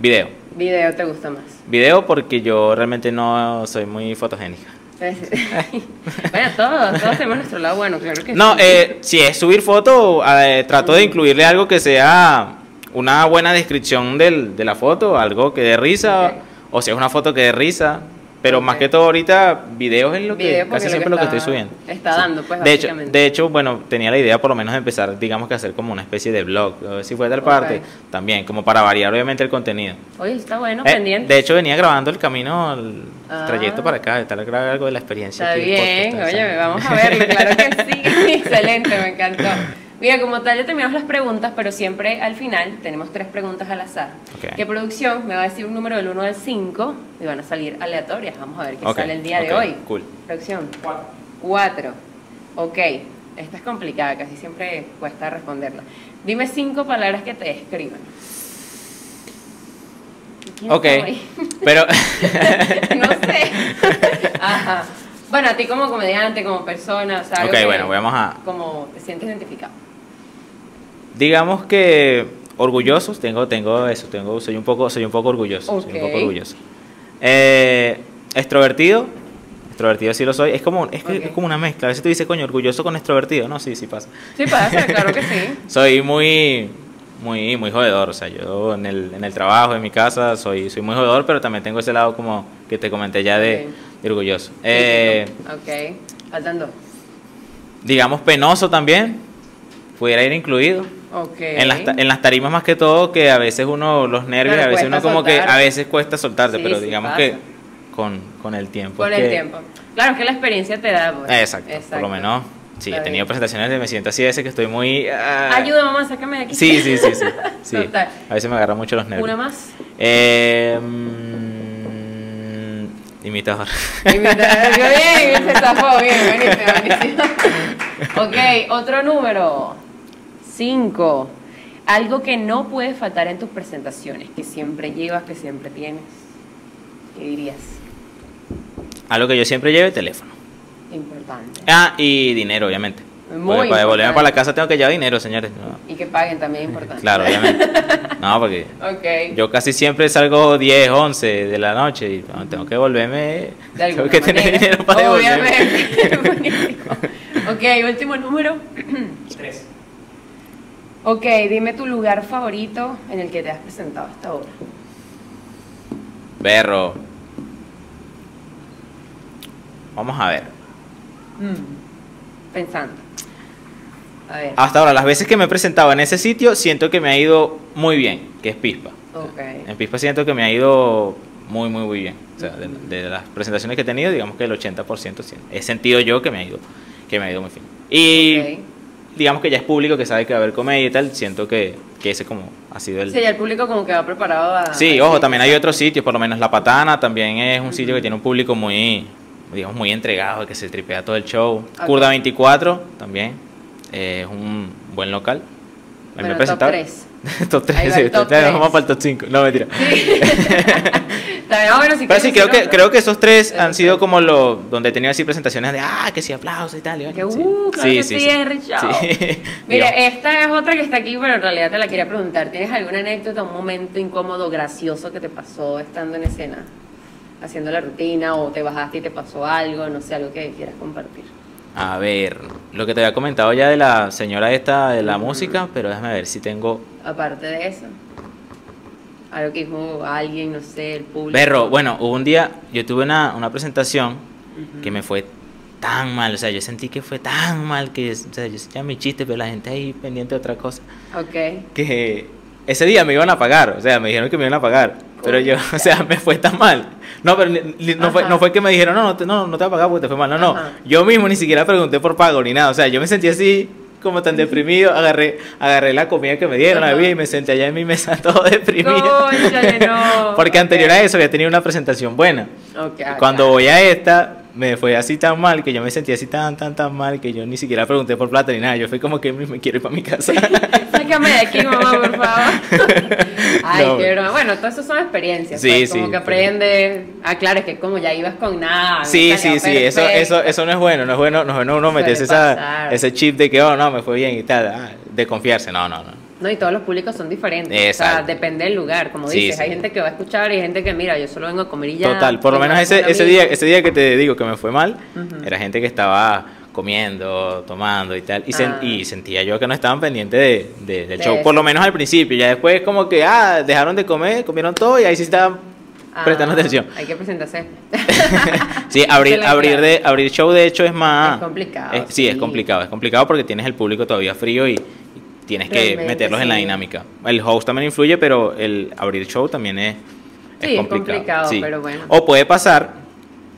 Speaker 2: Video.
Speaker 1: ¿Video te gusta más?
Speaker 2: Video porque yo realmente no soy muy fotogénica.
Speaker 1: bueno, todos, todos tenemos nuestro lado bueno, claro que
Speaker 2: No,
Speaker 1: sí.
Speaker 2: eh, si es subir foto, eh, trato de incluirle algo que sea una buena descripción del- de la foto, algo que dé risa,
Speaker 1: Ok.
Speaker 2: o sea, una foto que dé risa. Pero más
Speaker 1: Ok.
Speaker 2: que todo ahorita, videos es lo que
Speaker 1: Video, porque
Speaker 2: casi
Speaker 1: lo que
Speaker 2: siempre lo que
Speaker 1: está-
Speaker 2: estoy subiendo.
Speaker 1: está dando, pues,
Speaker 2: de hecho,
Speaker 1: básicamente.
Speaker 2: de hecho, bueno, tenía la idea por lo menos de empezar, digamos que hacer como una especie de blog, a ver si fue tal
Speaker 1: Ok.
Speaker 2: parte, también, como para variar obviamente el contenido.
Speaker 1: Oye, está bueno,
Speaker 2: Eh,
Speaker 1: pendiente.
Speaker 2: de hecho, venía grabando el camino, el
Speaker 1: Ah.
Speaker 2: trayecto para acá, de tal grabé algo de la experiencia.
Speaker 1: Está
Speaker 2: aquí del podcast,
Speaker 1: bien,
Speaker 2: entonces.
Speaker 1: oye, vamos a verlo, claro que sí. Excelente, me encantó. Mira, como tal, ya terminamos las preguntas, pero siempre al final tenemos tres preguntas al azar.
Speaker 2: Ok.
Speaker 1: ¿Qué producción me va a decir un número del 1 al 5 y van a salir aleatorias? Vamos a ver qué
Speaker 2: Ok,
Speaker 1: sale el día de
Speaker 2: ok,
Speaker 1: hoy.
Speaker 2: cool.
Speaker 1: Producción. 4. Ok, esta es complicada, casi siempre cuesta responderla. Dime cinco palabras que te describan. ¿Quién
Speaker 2: Ok,
Speaker 1: soy?
Speaker 2: pero...
Speaker 1: no sé. Ajá. Bueno, a ti como comediante, como persona, o sea, algo
Speaker 2: Ok,
Speaker 1: que-
Speaker 2: bueno, vamos a-
Speaker 1: Como te sientes identificado.
Speaker 2: Digamos que orgullosos, tengo, tengo eso, tengo, soy un poco, soy un poco orgulloso, soy un poco
Speaker 1: Ok.
Speaker 2: orgulloso. Eh, extrovertido, extrovertido sí lo soy, es como, es, que-
Speaker 1: Ok.
Speaker 2: es como una mezcla, a veces tú dices, coño, orgulloso con extrovertido, no, sí, sí pasa.
Speaker 1: Sí, pasa, claro que sí.
Speaker 2: Soy muy, muy, muy jodedor, o sea, yo en el, en el trabajo, en mi casa, soy, soy muy jodedor, pero también tengo ese lado como que te comenté ya de, de orgulloso. Eh,
Speaker 1: Ok, faltan dos.
Speaker 2: digamos penoso también, pudiera ir incluido.
Speaker 1: Ok.
Speaker 2: En las, ta- en las tarimas más que todo, que a veces uno, los nervios,
Speaker 1: Claro,
Speaker 2: a veces uno
Speaker 1: cuesta
Speaker 2: como que, a
Speaker 1: soltar.
Speaker 2: veces cuesta soltarte,
Speaker 1: Sí,
Speaker 2: pero
Speaker 1: sí
Speaker 2: digamos
Speaker 1: pasa.
Speaker 2: que con, con el tiempo.
Speaker 1: Con
Speaker 2: es
Speaker 1: el
Speaker 2: que-
Speaker 1: tiempo. Claro, es que la experiencia te da, pues.
Speaker 2: Eh, Exacto, por lo menos, sí,
Speaker 1: Está
Speaker 2: he tenido
Speaker 1: bien.
Speaker 2: presentaciones de me siento así a veces que estoy muy... ah.
Speaker 1: Ayuda, mamá, sácame de aquí.
Speaker 2: Sí, sí, sí, sí, sí.
Speaker 1: Total.
Speaker 2: A veces me agarran mucho los nervios.
Speaker 1: Una más.
Speaker 2: Eh, mm, Em, Imitador.
Speaker 1: Y me tra- bien, se zafó, bien, buenísimo, buenísimo. Ok, otro número. Cinco. Algo que no puede faltar en tus presentaciones, que siempre llevas, que siempre tienes. ¿Qué dirías?
Speaker 2: Algo que yo siempre lleve, teléfono.
Speaker 1: Importante.
Speaker 2: Ah, y dinero, obviamente.
Speaker 1: Muy
Speaker 2: Porque para devolverme
Speaker 1: importante.
Speaker 2: para la casa tengo que llevar dinero, señores. No,
Speaker 1: Y que paguen también es importante.
Speaker 2: Eh, Claro, obviamente. No, porque
Speaker 1: Ok.
Speaker 2: yo casi siempre salgo 10, 11 de la noche y bueno, tengo que devolverme.
Speaker 1: De alguna
Speaker 2: Tengo que tener
Speaker 1: manera.
Speaker 2: dinero para devolverme.
Speaker 1: Obviamente. Buenísimo. ok, último número.
Speaker 3: Tres.
Speaker 1: Ok, dime tu lugar favorito en el que te has presentado hasta ahora.
Speaker 2: Berro. Vamos a ver.
Speaker 1: Mm, Pensando. A ver.
Speaker 2: Hasta ahora, las veces que me he presentado en ese sitio, siento que me ha ido muy bien, que es Pispa.
Speaker 1: Ok.
Speaker 2: En Pispa siento que me ha ido muy, muy, muy bien. O sea, de, de las presentaciones que he tenido, digamos que el 80% sí, he sentido yo que me ha ido, que me ha ido muy bien. Y
Speaker 1: Ok.
Speaker 2: digamos que ya es público, que sabe que va a haber comedia y tal, siento que, que ese como ha sido el...
Speaker 1: Sí, ya el público como que va preparado a...
Speaker 2: Sí, ojo, también hay otros sitios, por lo menos La Patana también es un sitio que tiene un público muy, digamos, muy entregado, que se tripea todo el show.
Speaker 1: Ok.
Speaker 2: Curda 24 también eh, es un buen local. Ahí me
Speaker 1: Bueno,
Speaker 2: he
Speaker 1: top
Speaker 2: presentado.
Speaker 1: tres.
Speaker 2: top 3.
Speaker 1: Ahí va el top tres.
Speaker 2: Vamos para el top 5. No, mentira.
Speaker 1: También, ah, bueno, si
Speaker 2: Pero
Speaker 1: quieres
Speaker 2: sí,
Speaker 1: decir
Speaker 2: creo que,
Speaker 1: otro.
Speaker 2: creo que esos tres
Speaker 1: Eso
Speaker 2: han sido
Speaker 1: sí.
Speaker 2: como los donde he tenido así presentaciones de, ah, que sí, aplausos y tal. y bueno,
Speaker 1: Que,
Speaker 2: sí.
Speaker 1: uh, claro que sí, es Richard. Mira, eh.
Speaker 2: Digamos.
Speaker 1: esta es otra que está aquí, pero en realidad te la quería preguntar. ¿Tienes alguna anécdota, un momento incómodo, gracioso que te pasó estando en escena? Haciendo la rutina o te bajaste y te pasó algo, no sé, algo que quieras compartir.
Speaker 2: A ver, lo que te había comentado ya de la señora esta de la música, pero déjame ver si tengo
Speaker 1: Aparte de eso, algo que dijo alguien, no sé, el público.
Speaker 2: Berro, bueno, hubo un día, yo tuve una, una presentación que me fue tan mal, o sea, yo sentí que fue tan mal que, o sea, yo sentía mi chiste, pero la gente ahí pendiente de otra cosa,
Speaker 1: Ok.
Speaker 2: que ese día me iban a pagar, o sea, me dijeron que me iban a pagar, pero yo, o sea, me fue tan mal. No, pero ni- ni- no, fue,
Speaker 1: Ajá.
Speaker 2: no fue que me dijeron, no, no te, no, no te voy a pagar porque te fue mal, no, no,
Speaker 1: Ajá.
Speaker 2: yo mismo ni siquiera pregunté por pago ni nada, o sea, yo me sentí así como tan deprimido, agarré, agarré la comida que me dieron, la
Speaker 1: Ajá.
Speaker 2: bebida y me senté allá en mi mesa todo deprimido.
Speaker 1: Cónchale, no.
Speaker 2: Porque
Speaker 1: Ok.
Speaker 2: anterior a eso había tenido una presentación buena.
Speaker 1: Ok, ah,
Speaker 2: Cuando
Speaker 1: claro.
Speaker 2: voy a esta, me fue así tan mal que yo me sentí así tan, tan, tan mal que yo ni siquiera pregunté por plata ni nada. Yo fui como que me quiero ir para mi casa.
Speaker 1: Sácame de aquí, mamá, por favor. Ay,
Speaker 2: No.
Speaker 1: qué broma. Bueno, todo eso son experiencias.
Speaker 2: Sí,
Speaker 1: pues,
Speaker 2: sí,
Speaker 1: Como que
Speaker 2: pero-
Speaker 1: aprendes. Ah, claro, es que como ya ibas con nada.
Speaker 2: sí,
Speaker 1: me salió
Speaker 2: sí, sí. Eso, eso,
Speaker 1: perfecto.
Speaker 2: eso no es bueno. No es bueno, no es bueno uno
Speaker 1: Suele
Speaker 2: meterse
Speaker 1: pasar.
Speaker 2: esa, ese chip de que, oh, no, me fue bien y tal. Ah, de confiarse. No, no, no.
Speaker 1: No, y todos los públicos son diferentes. O sea,
Speaker 2: Exacto.
Speaker 1: depende del lugar. Como
Speaker 2: Sí,
Speaker 1: dices,
Speaker 2: sí.
Speaker 1: hay gente que va a escuchar y hay gente que, mira, yo solo vengo a comer y ya.
Speaker 2: Total. Por lo
Speaker 1: Tengo
Speaker 2: menos ese,
Speaker 1: algún
Speaker 2: ese,
Speaker 1: amigo.
Speaker 2: día, ese día que te digo que me fue mal,
Speaker 1: Ujú.
Speaker 2: era gente que estaba comiendo, tomando y tal. Y, sen-
Speaker 1: Ah.
Speaker 2: y sentía yo que no estaban pendientes de, de- del
Speaker 1: De
Speaker 2: show,
Speaker 1: eso.
Speaker 2: por lo menos al principio. Ya después como que, ah, dejaron de comer, comieron todo y ahí sí estaban
Speaker 1: Ah,
Speaker 2: prestando atención.
Speaker 1: Hay que presentarse.
Speaker 2: Sí, abrir,
Speaker 1: la
Speaker 2: abrir,
Speaker 1: clave.
Speaker 2: de, abrir show de hecho es más...
Speaker 1: Es complicado,
Speaker 2: es- sí, es
Speaker 1: sí.
Speaker 2: complicado. Es complicado porque tienes el público todavía frío y y tienes que
Speaker 1: Realmente,
Speaker 2: meterlos en la
Speaker 1: sí.
Speaker 2: dinámica. El host también influye, pero el abrir show también es,
Speaker 1: Sí, es complicado, pero bueno.
Speaker 2: O puede pasar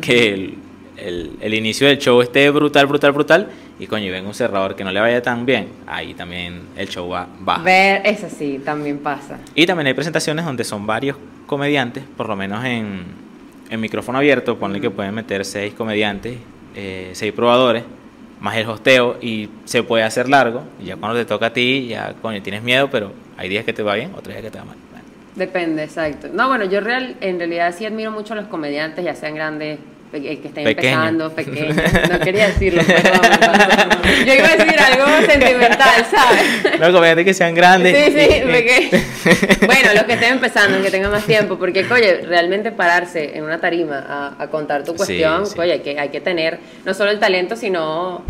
Speaker 2: que el, el- el inicio del show esté brutal, brutal, brutal y coño, y venga un cerrador que no le vaya tan bien. Ahí también el show va baja.
Speaker 1: Ver, eso sí, también pasa.
Speaker 2: Y también hay presentaciones donde son varios comediantes, por lo menos en, en micrófono abierto, ponle que pueden meter seis comediantes, eh, seis probadores, más el hosteo, y se puede hacer largo. Y ya cuando te toca a ti, ya coño, tienes miedo, pero hay días que te va bien, otros días que te va mal. Bueno,
Speaker 1: Depende, exacto. No, bueno, yo real, en realidad sí admiro mucho a los comediantes, ya sean grandes, pe- eh, que estén
Speaker 2: Pequeños.
Speaker 1: empezando, pequeños. No quería decirlo, perdón, perdón. Yo iba a decir algo sentimental, ¿sabes?
Speaker 2: Los comediantes que sean grandes.
Speaker 1: Sí, sí,
Speaker 2: eh, eh,
Speaker 1: porque- Bueno, los que estén empezando, los que tengan más tiempo, porque, oye, realmente pararse en una tarima a, a contar tu
Speaker 2: Sí,
Speaker 1: cuestión,
Speaker 2: sí.
Speaker 1: oye, hay que, hay que tener no solo el talento, sino,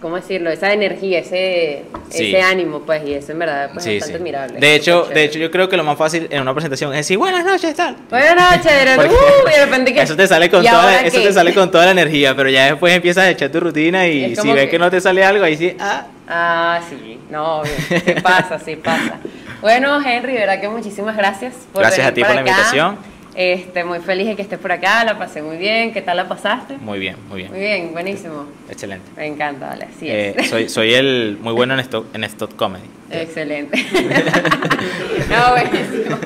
Speaker 1: ¿cómo decirlo? Esa energía, ese,
Speaker 2: Sí.
Speaker 1: ese ánimo, pues, y eso en verdad pues,
Speaker 2: sí,
Speaker 1: es bastante
Speaker 2: sí.
Speaker 1: admirable.
Speaker 2: De
Speaker 1: Es
Speaker 2: hecho,
Speaker 1: súper
Speaker 2: de
Speaker 1: chévere.
Speaker 2: hecho, yo creo que lo más fácil en una presentación es decir buenas noches, tal.
Speaker 1: Buenas noches, de repente,
Speaker 2: Porque
Speaker 1: uh, y de repente que-
Speaker 2: Eso te sale con
Speaker 1: ¿y
Speaker 2: toda,
Speaker 1: ahora
Speaker 2: eso
Speaker 1: qué?
Speaker 2: te sale con toda la energía, pero ya después empiezas a echar tu rutina y
Speaker 1: Es
Speaker 2: si
Speaker 1: como
Speaker 2: ves
Speaker 1: que-
Speaker 2: que... no te sale algo, ahí sí, ah,
Speaker 1: Ah, sí, no, obvio, sí pasa, sí pasa. Bueno, Henry, de verdad que muchísimas gracias por
Speaker 2: Gracias
Speaker 1: venir
Speaker 2: a ti por
Speaker 1: para
Speaker 2: la
Speaker 1: acá.
Speaker 2: invitación.
Speaker 1: Este, muy feliz de que estés por acá, la pasé muy bien. ¿Qué tal la pasaste?
Speaker 2: muy bien, muy bien.
Speaker 1: Muy bien, buenísimo.
Speaker 2: Excelente.
Speaker 1: Me encanta, vale, así
Speaker 2: Eh,
Speaker 1: es.
Speaker 2: soy, soy el muy bueno en esto, en stock comedy.
Speaker 1: Excelente. No, buenísimo.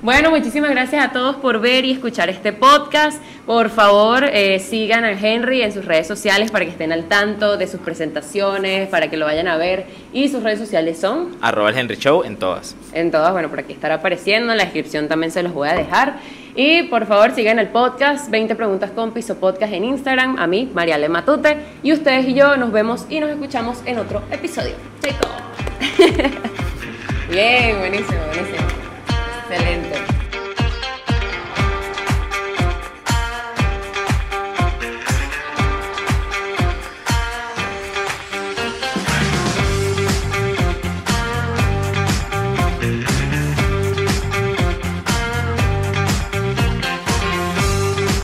Speaker 1: Bueno, muchísimas gracias a todos por ver y escuchar este podcast. Por favor, eh, sigan a Henry en sus redes sociales para que estén al tanto de sus presentaciones, para que lo vayan a ver. Y sus redes sociales son
Speaker 2: Arroba el Henry Show en todas.
Speaker 1: en todas, bueno, por aquí estará apareciendo, en la descripción también se los voy a dejar. Y por favor, sigan el podcast, 20 preguntas con Piso Podcast en Instagram, a mí, Mariale Matute, y ustedes y yo nos vemos y nos escuchamos en otro episodio. Chicos. Bien, buenísimo, buenísimo. Excelente.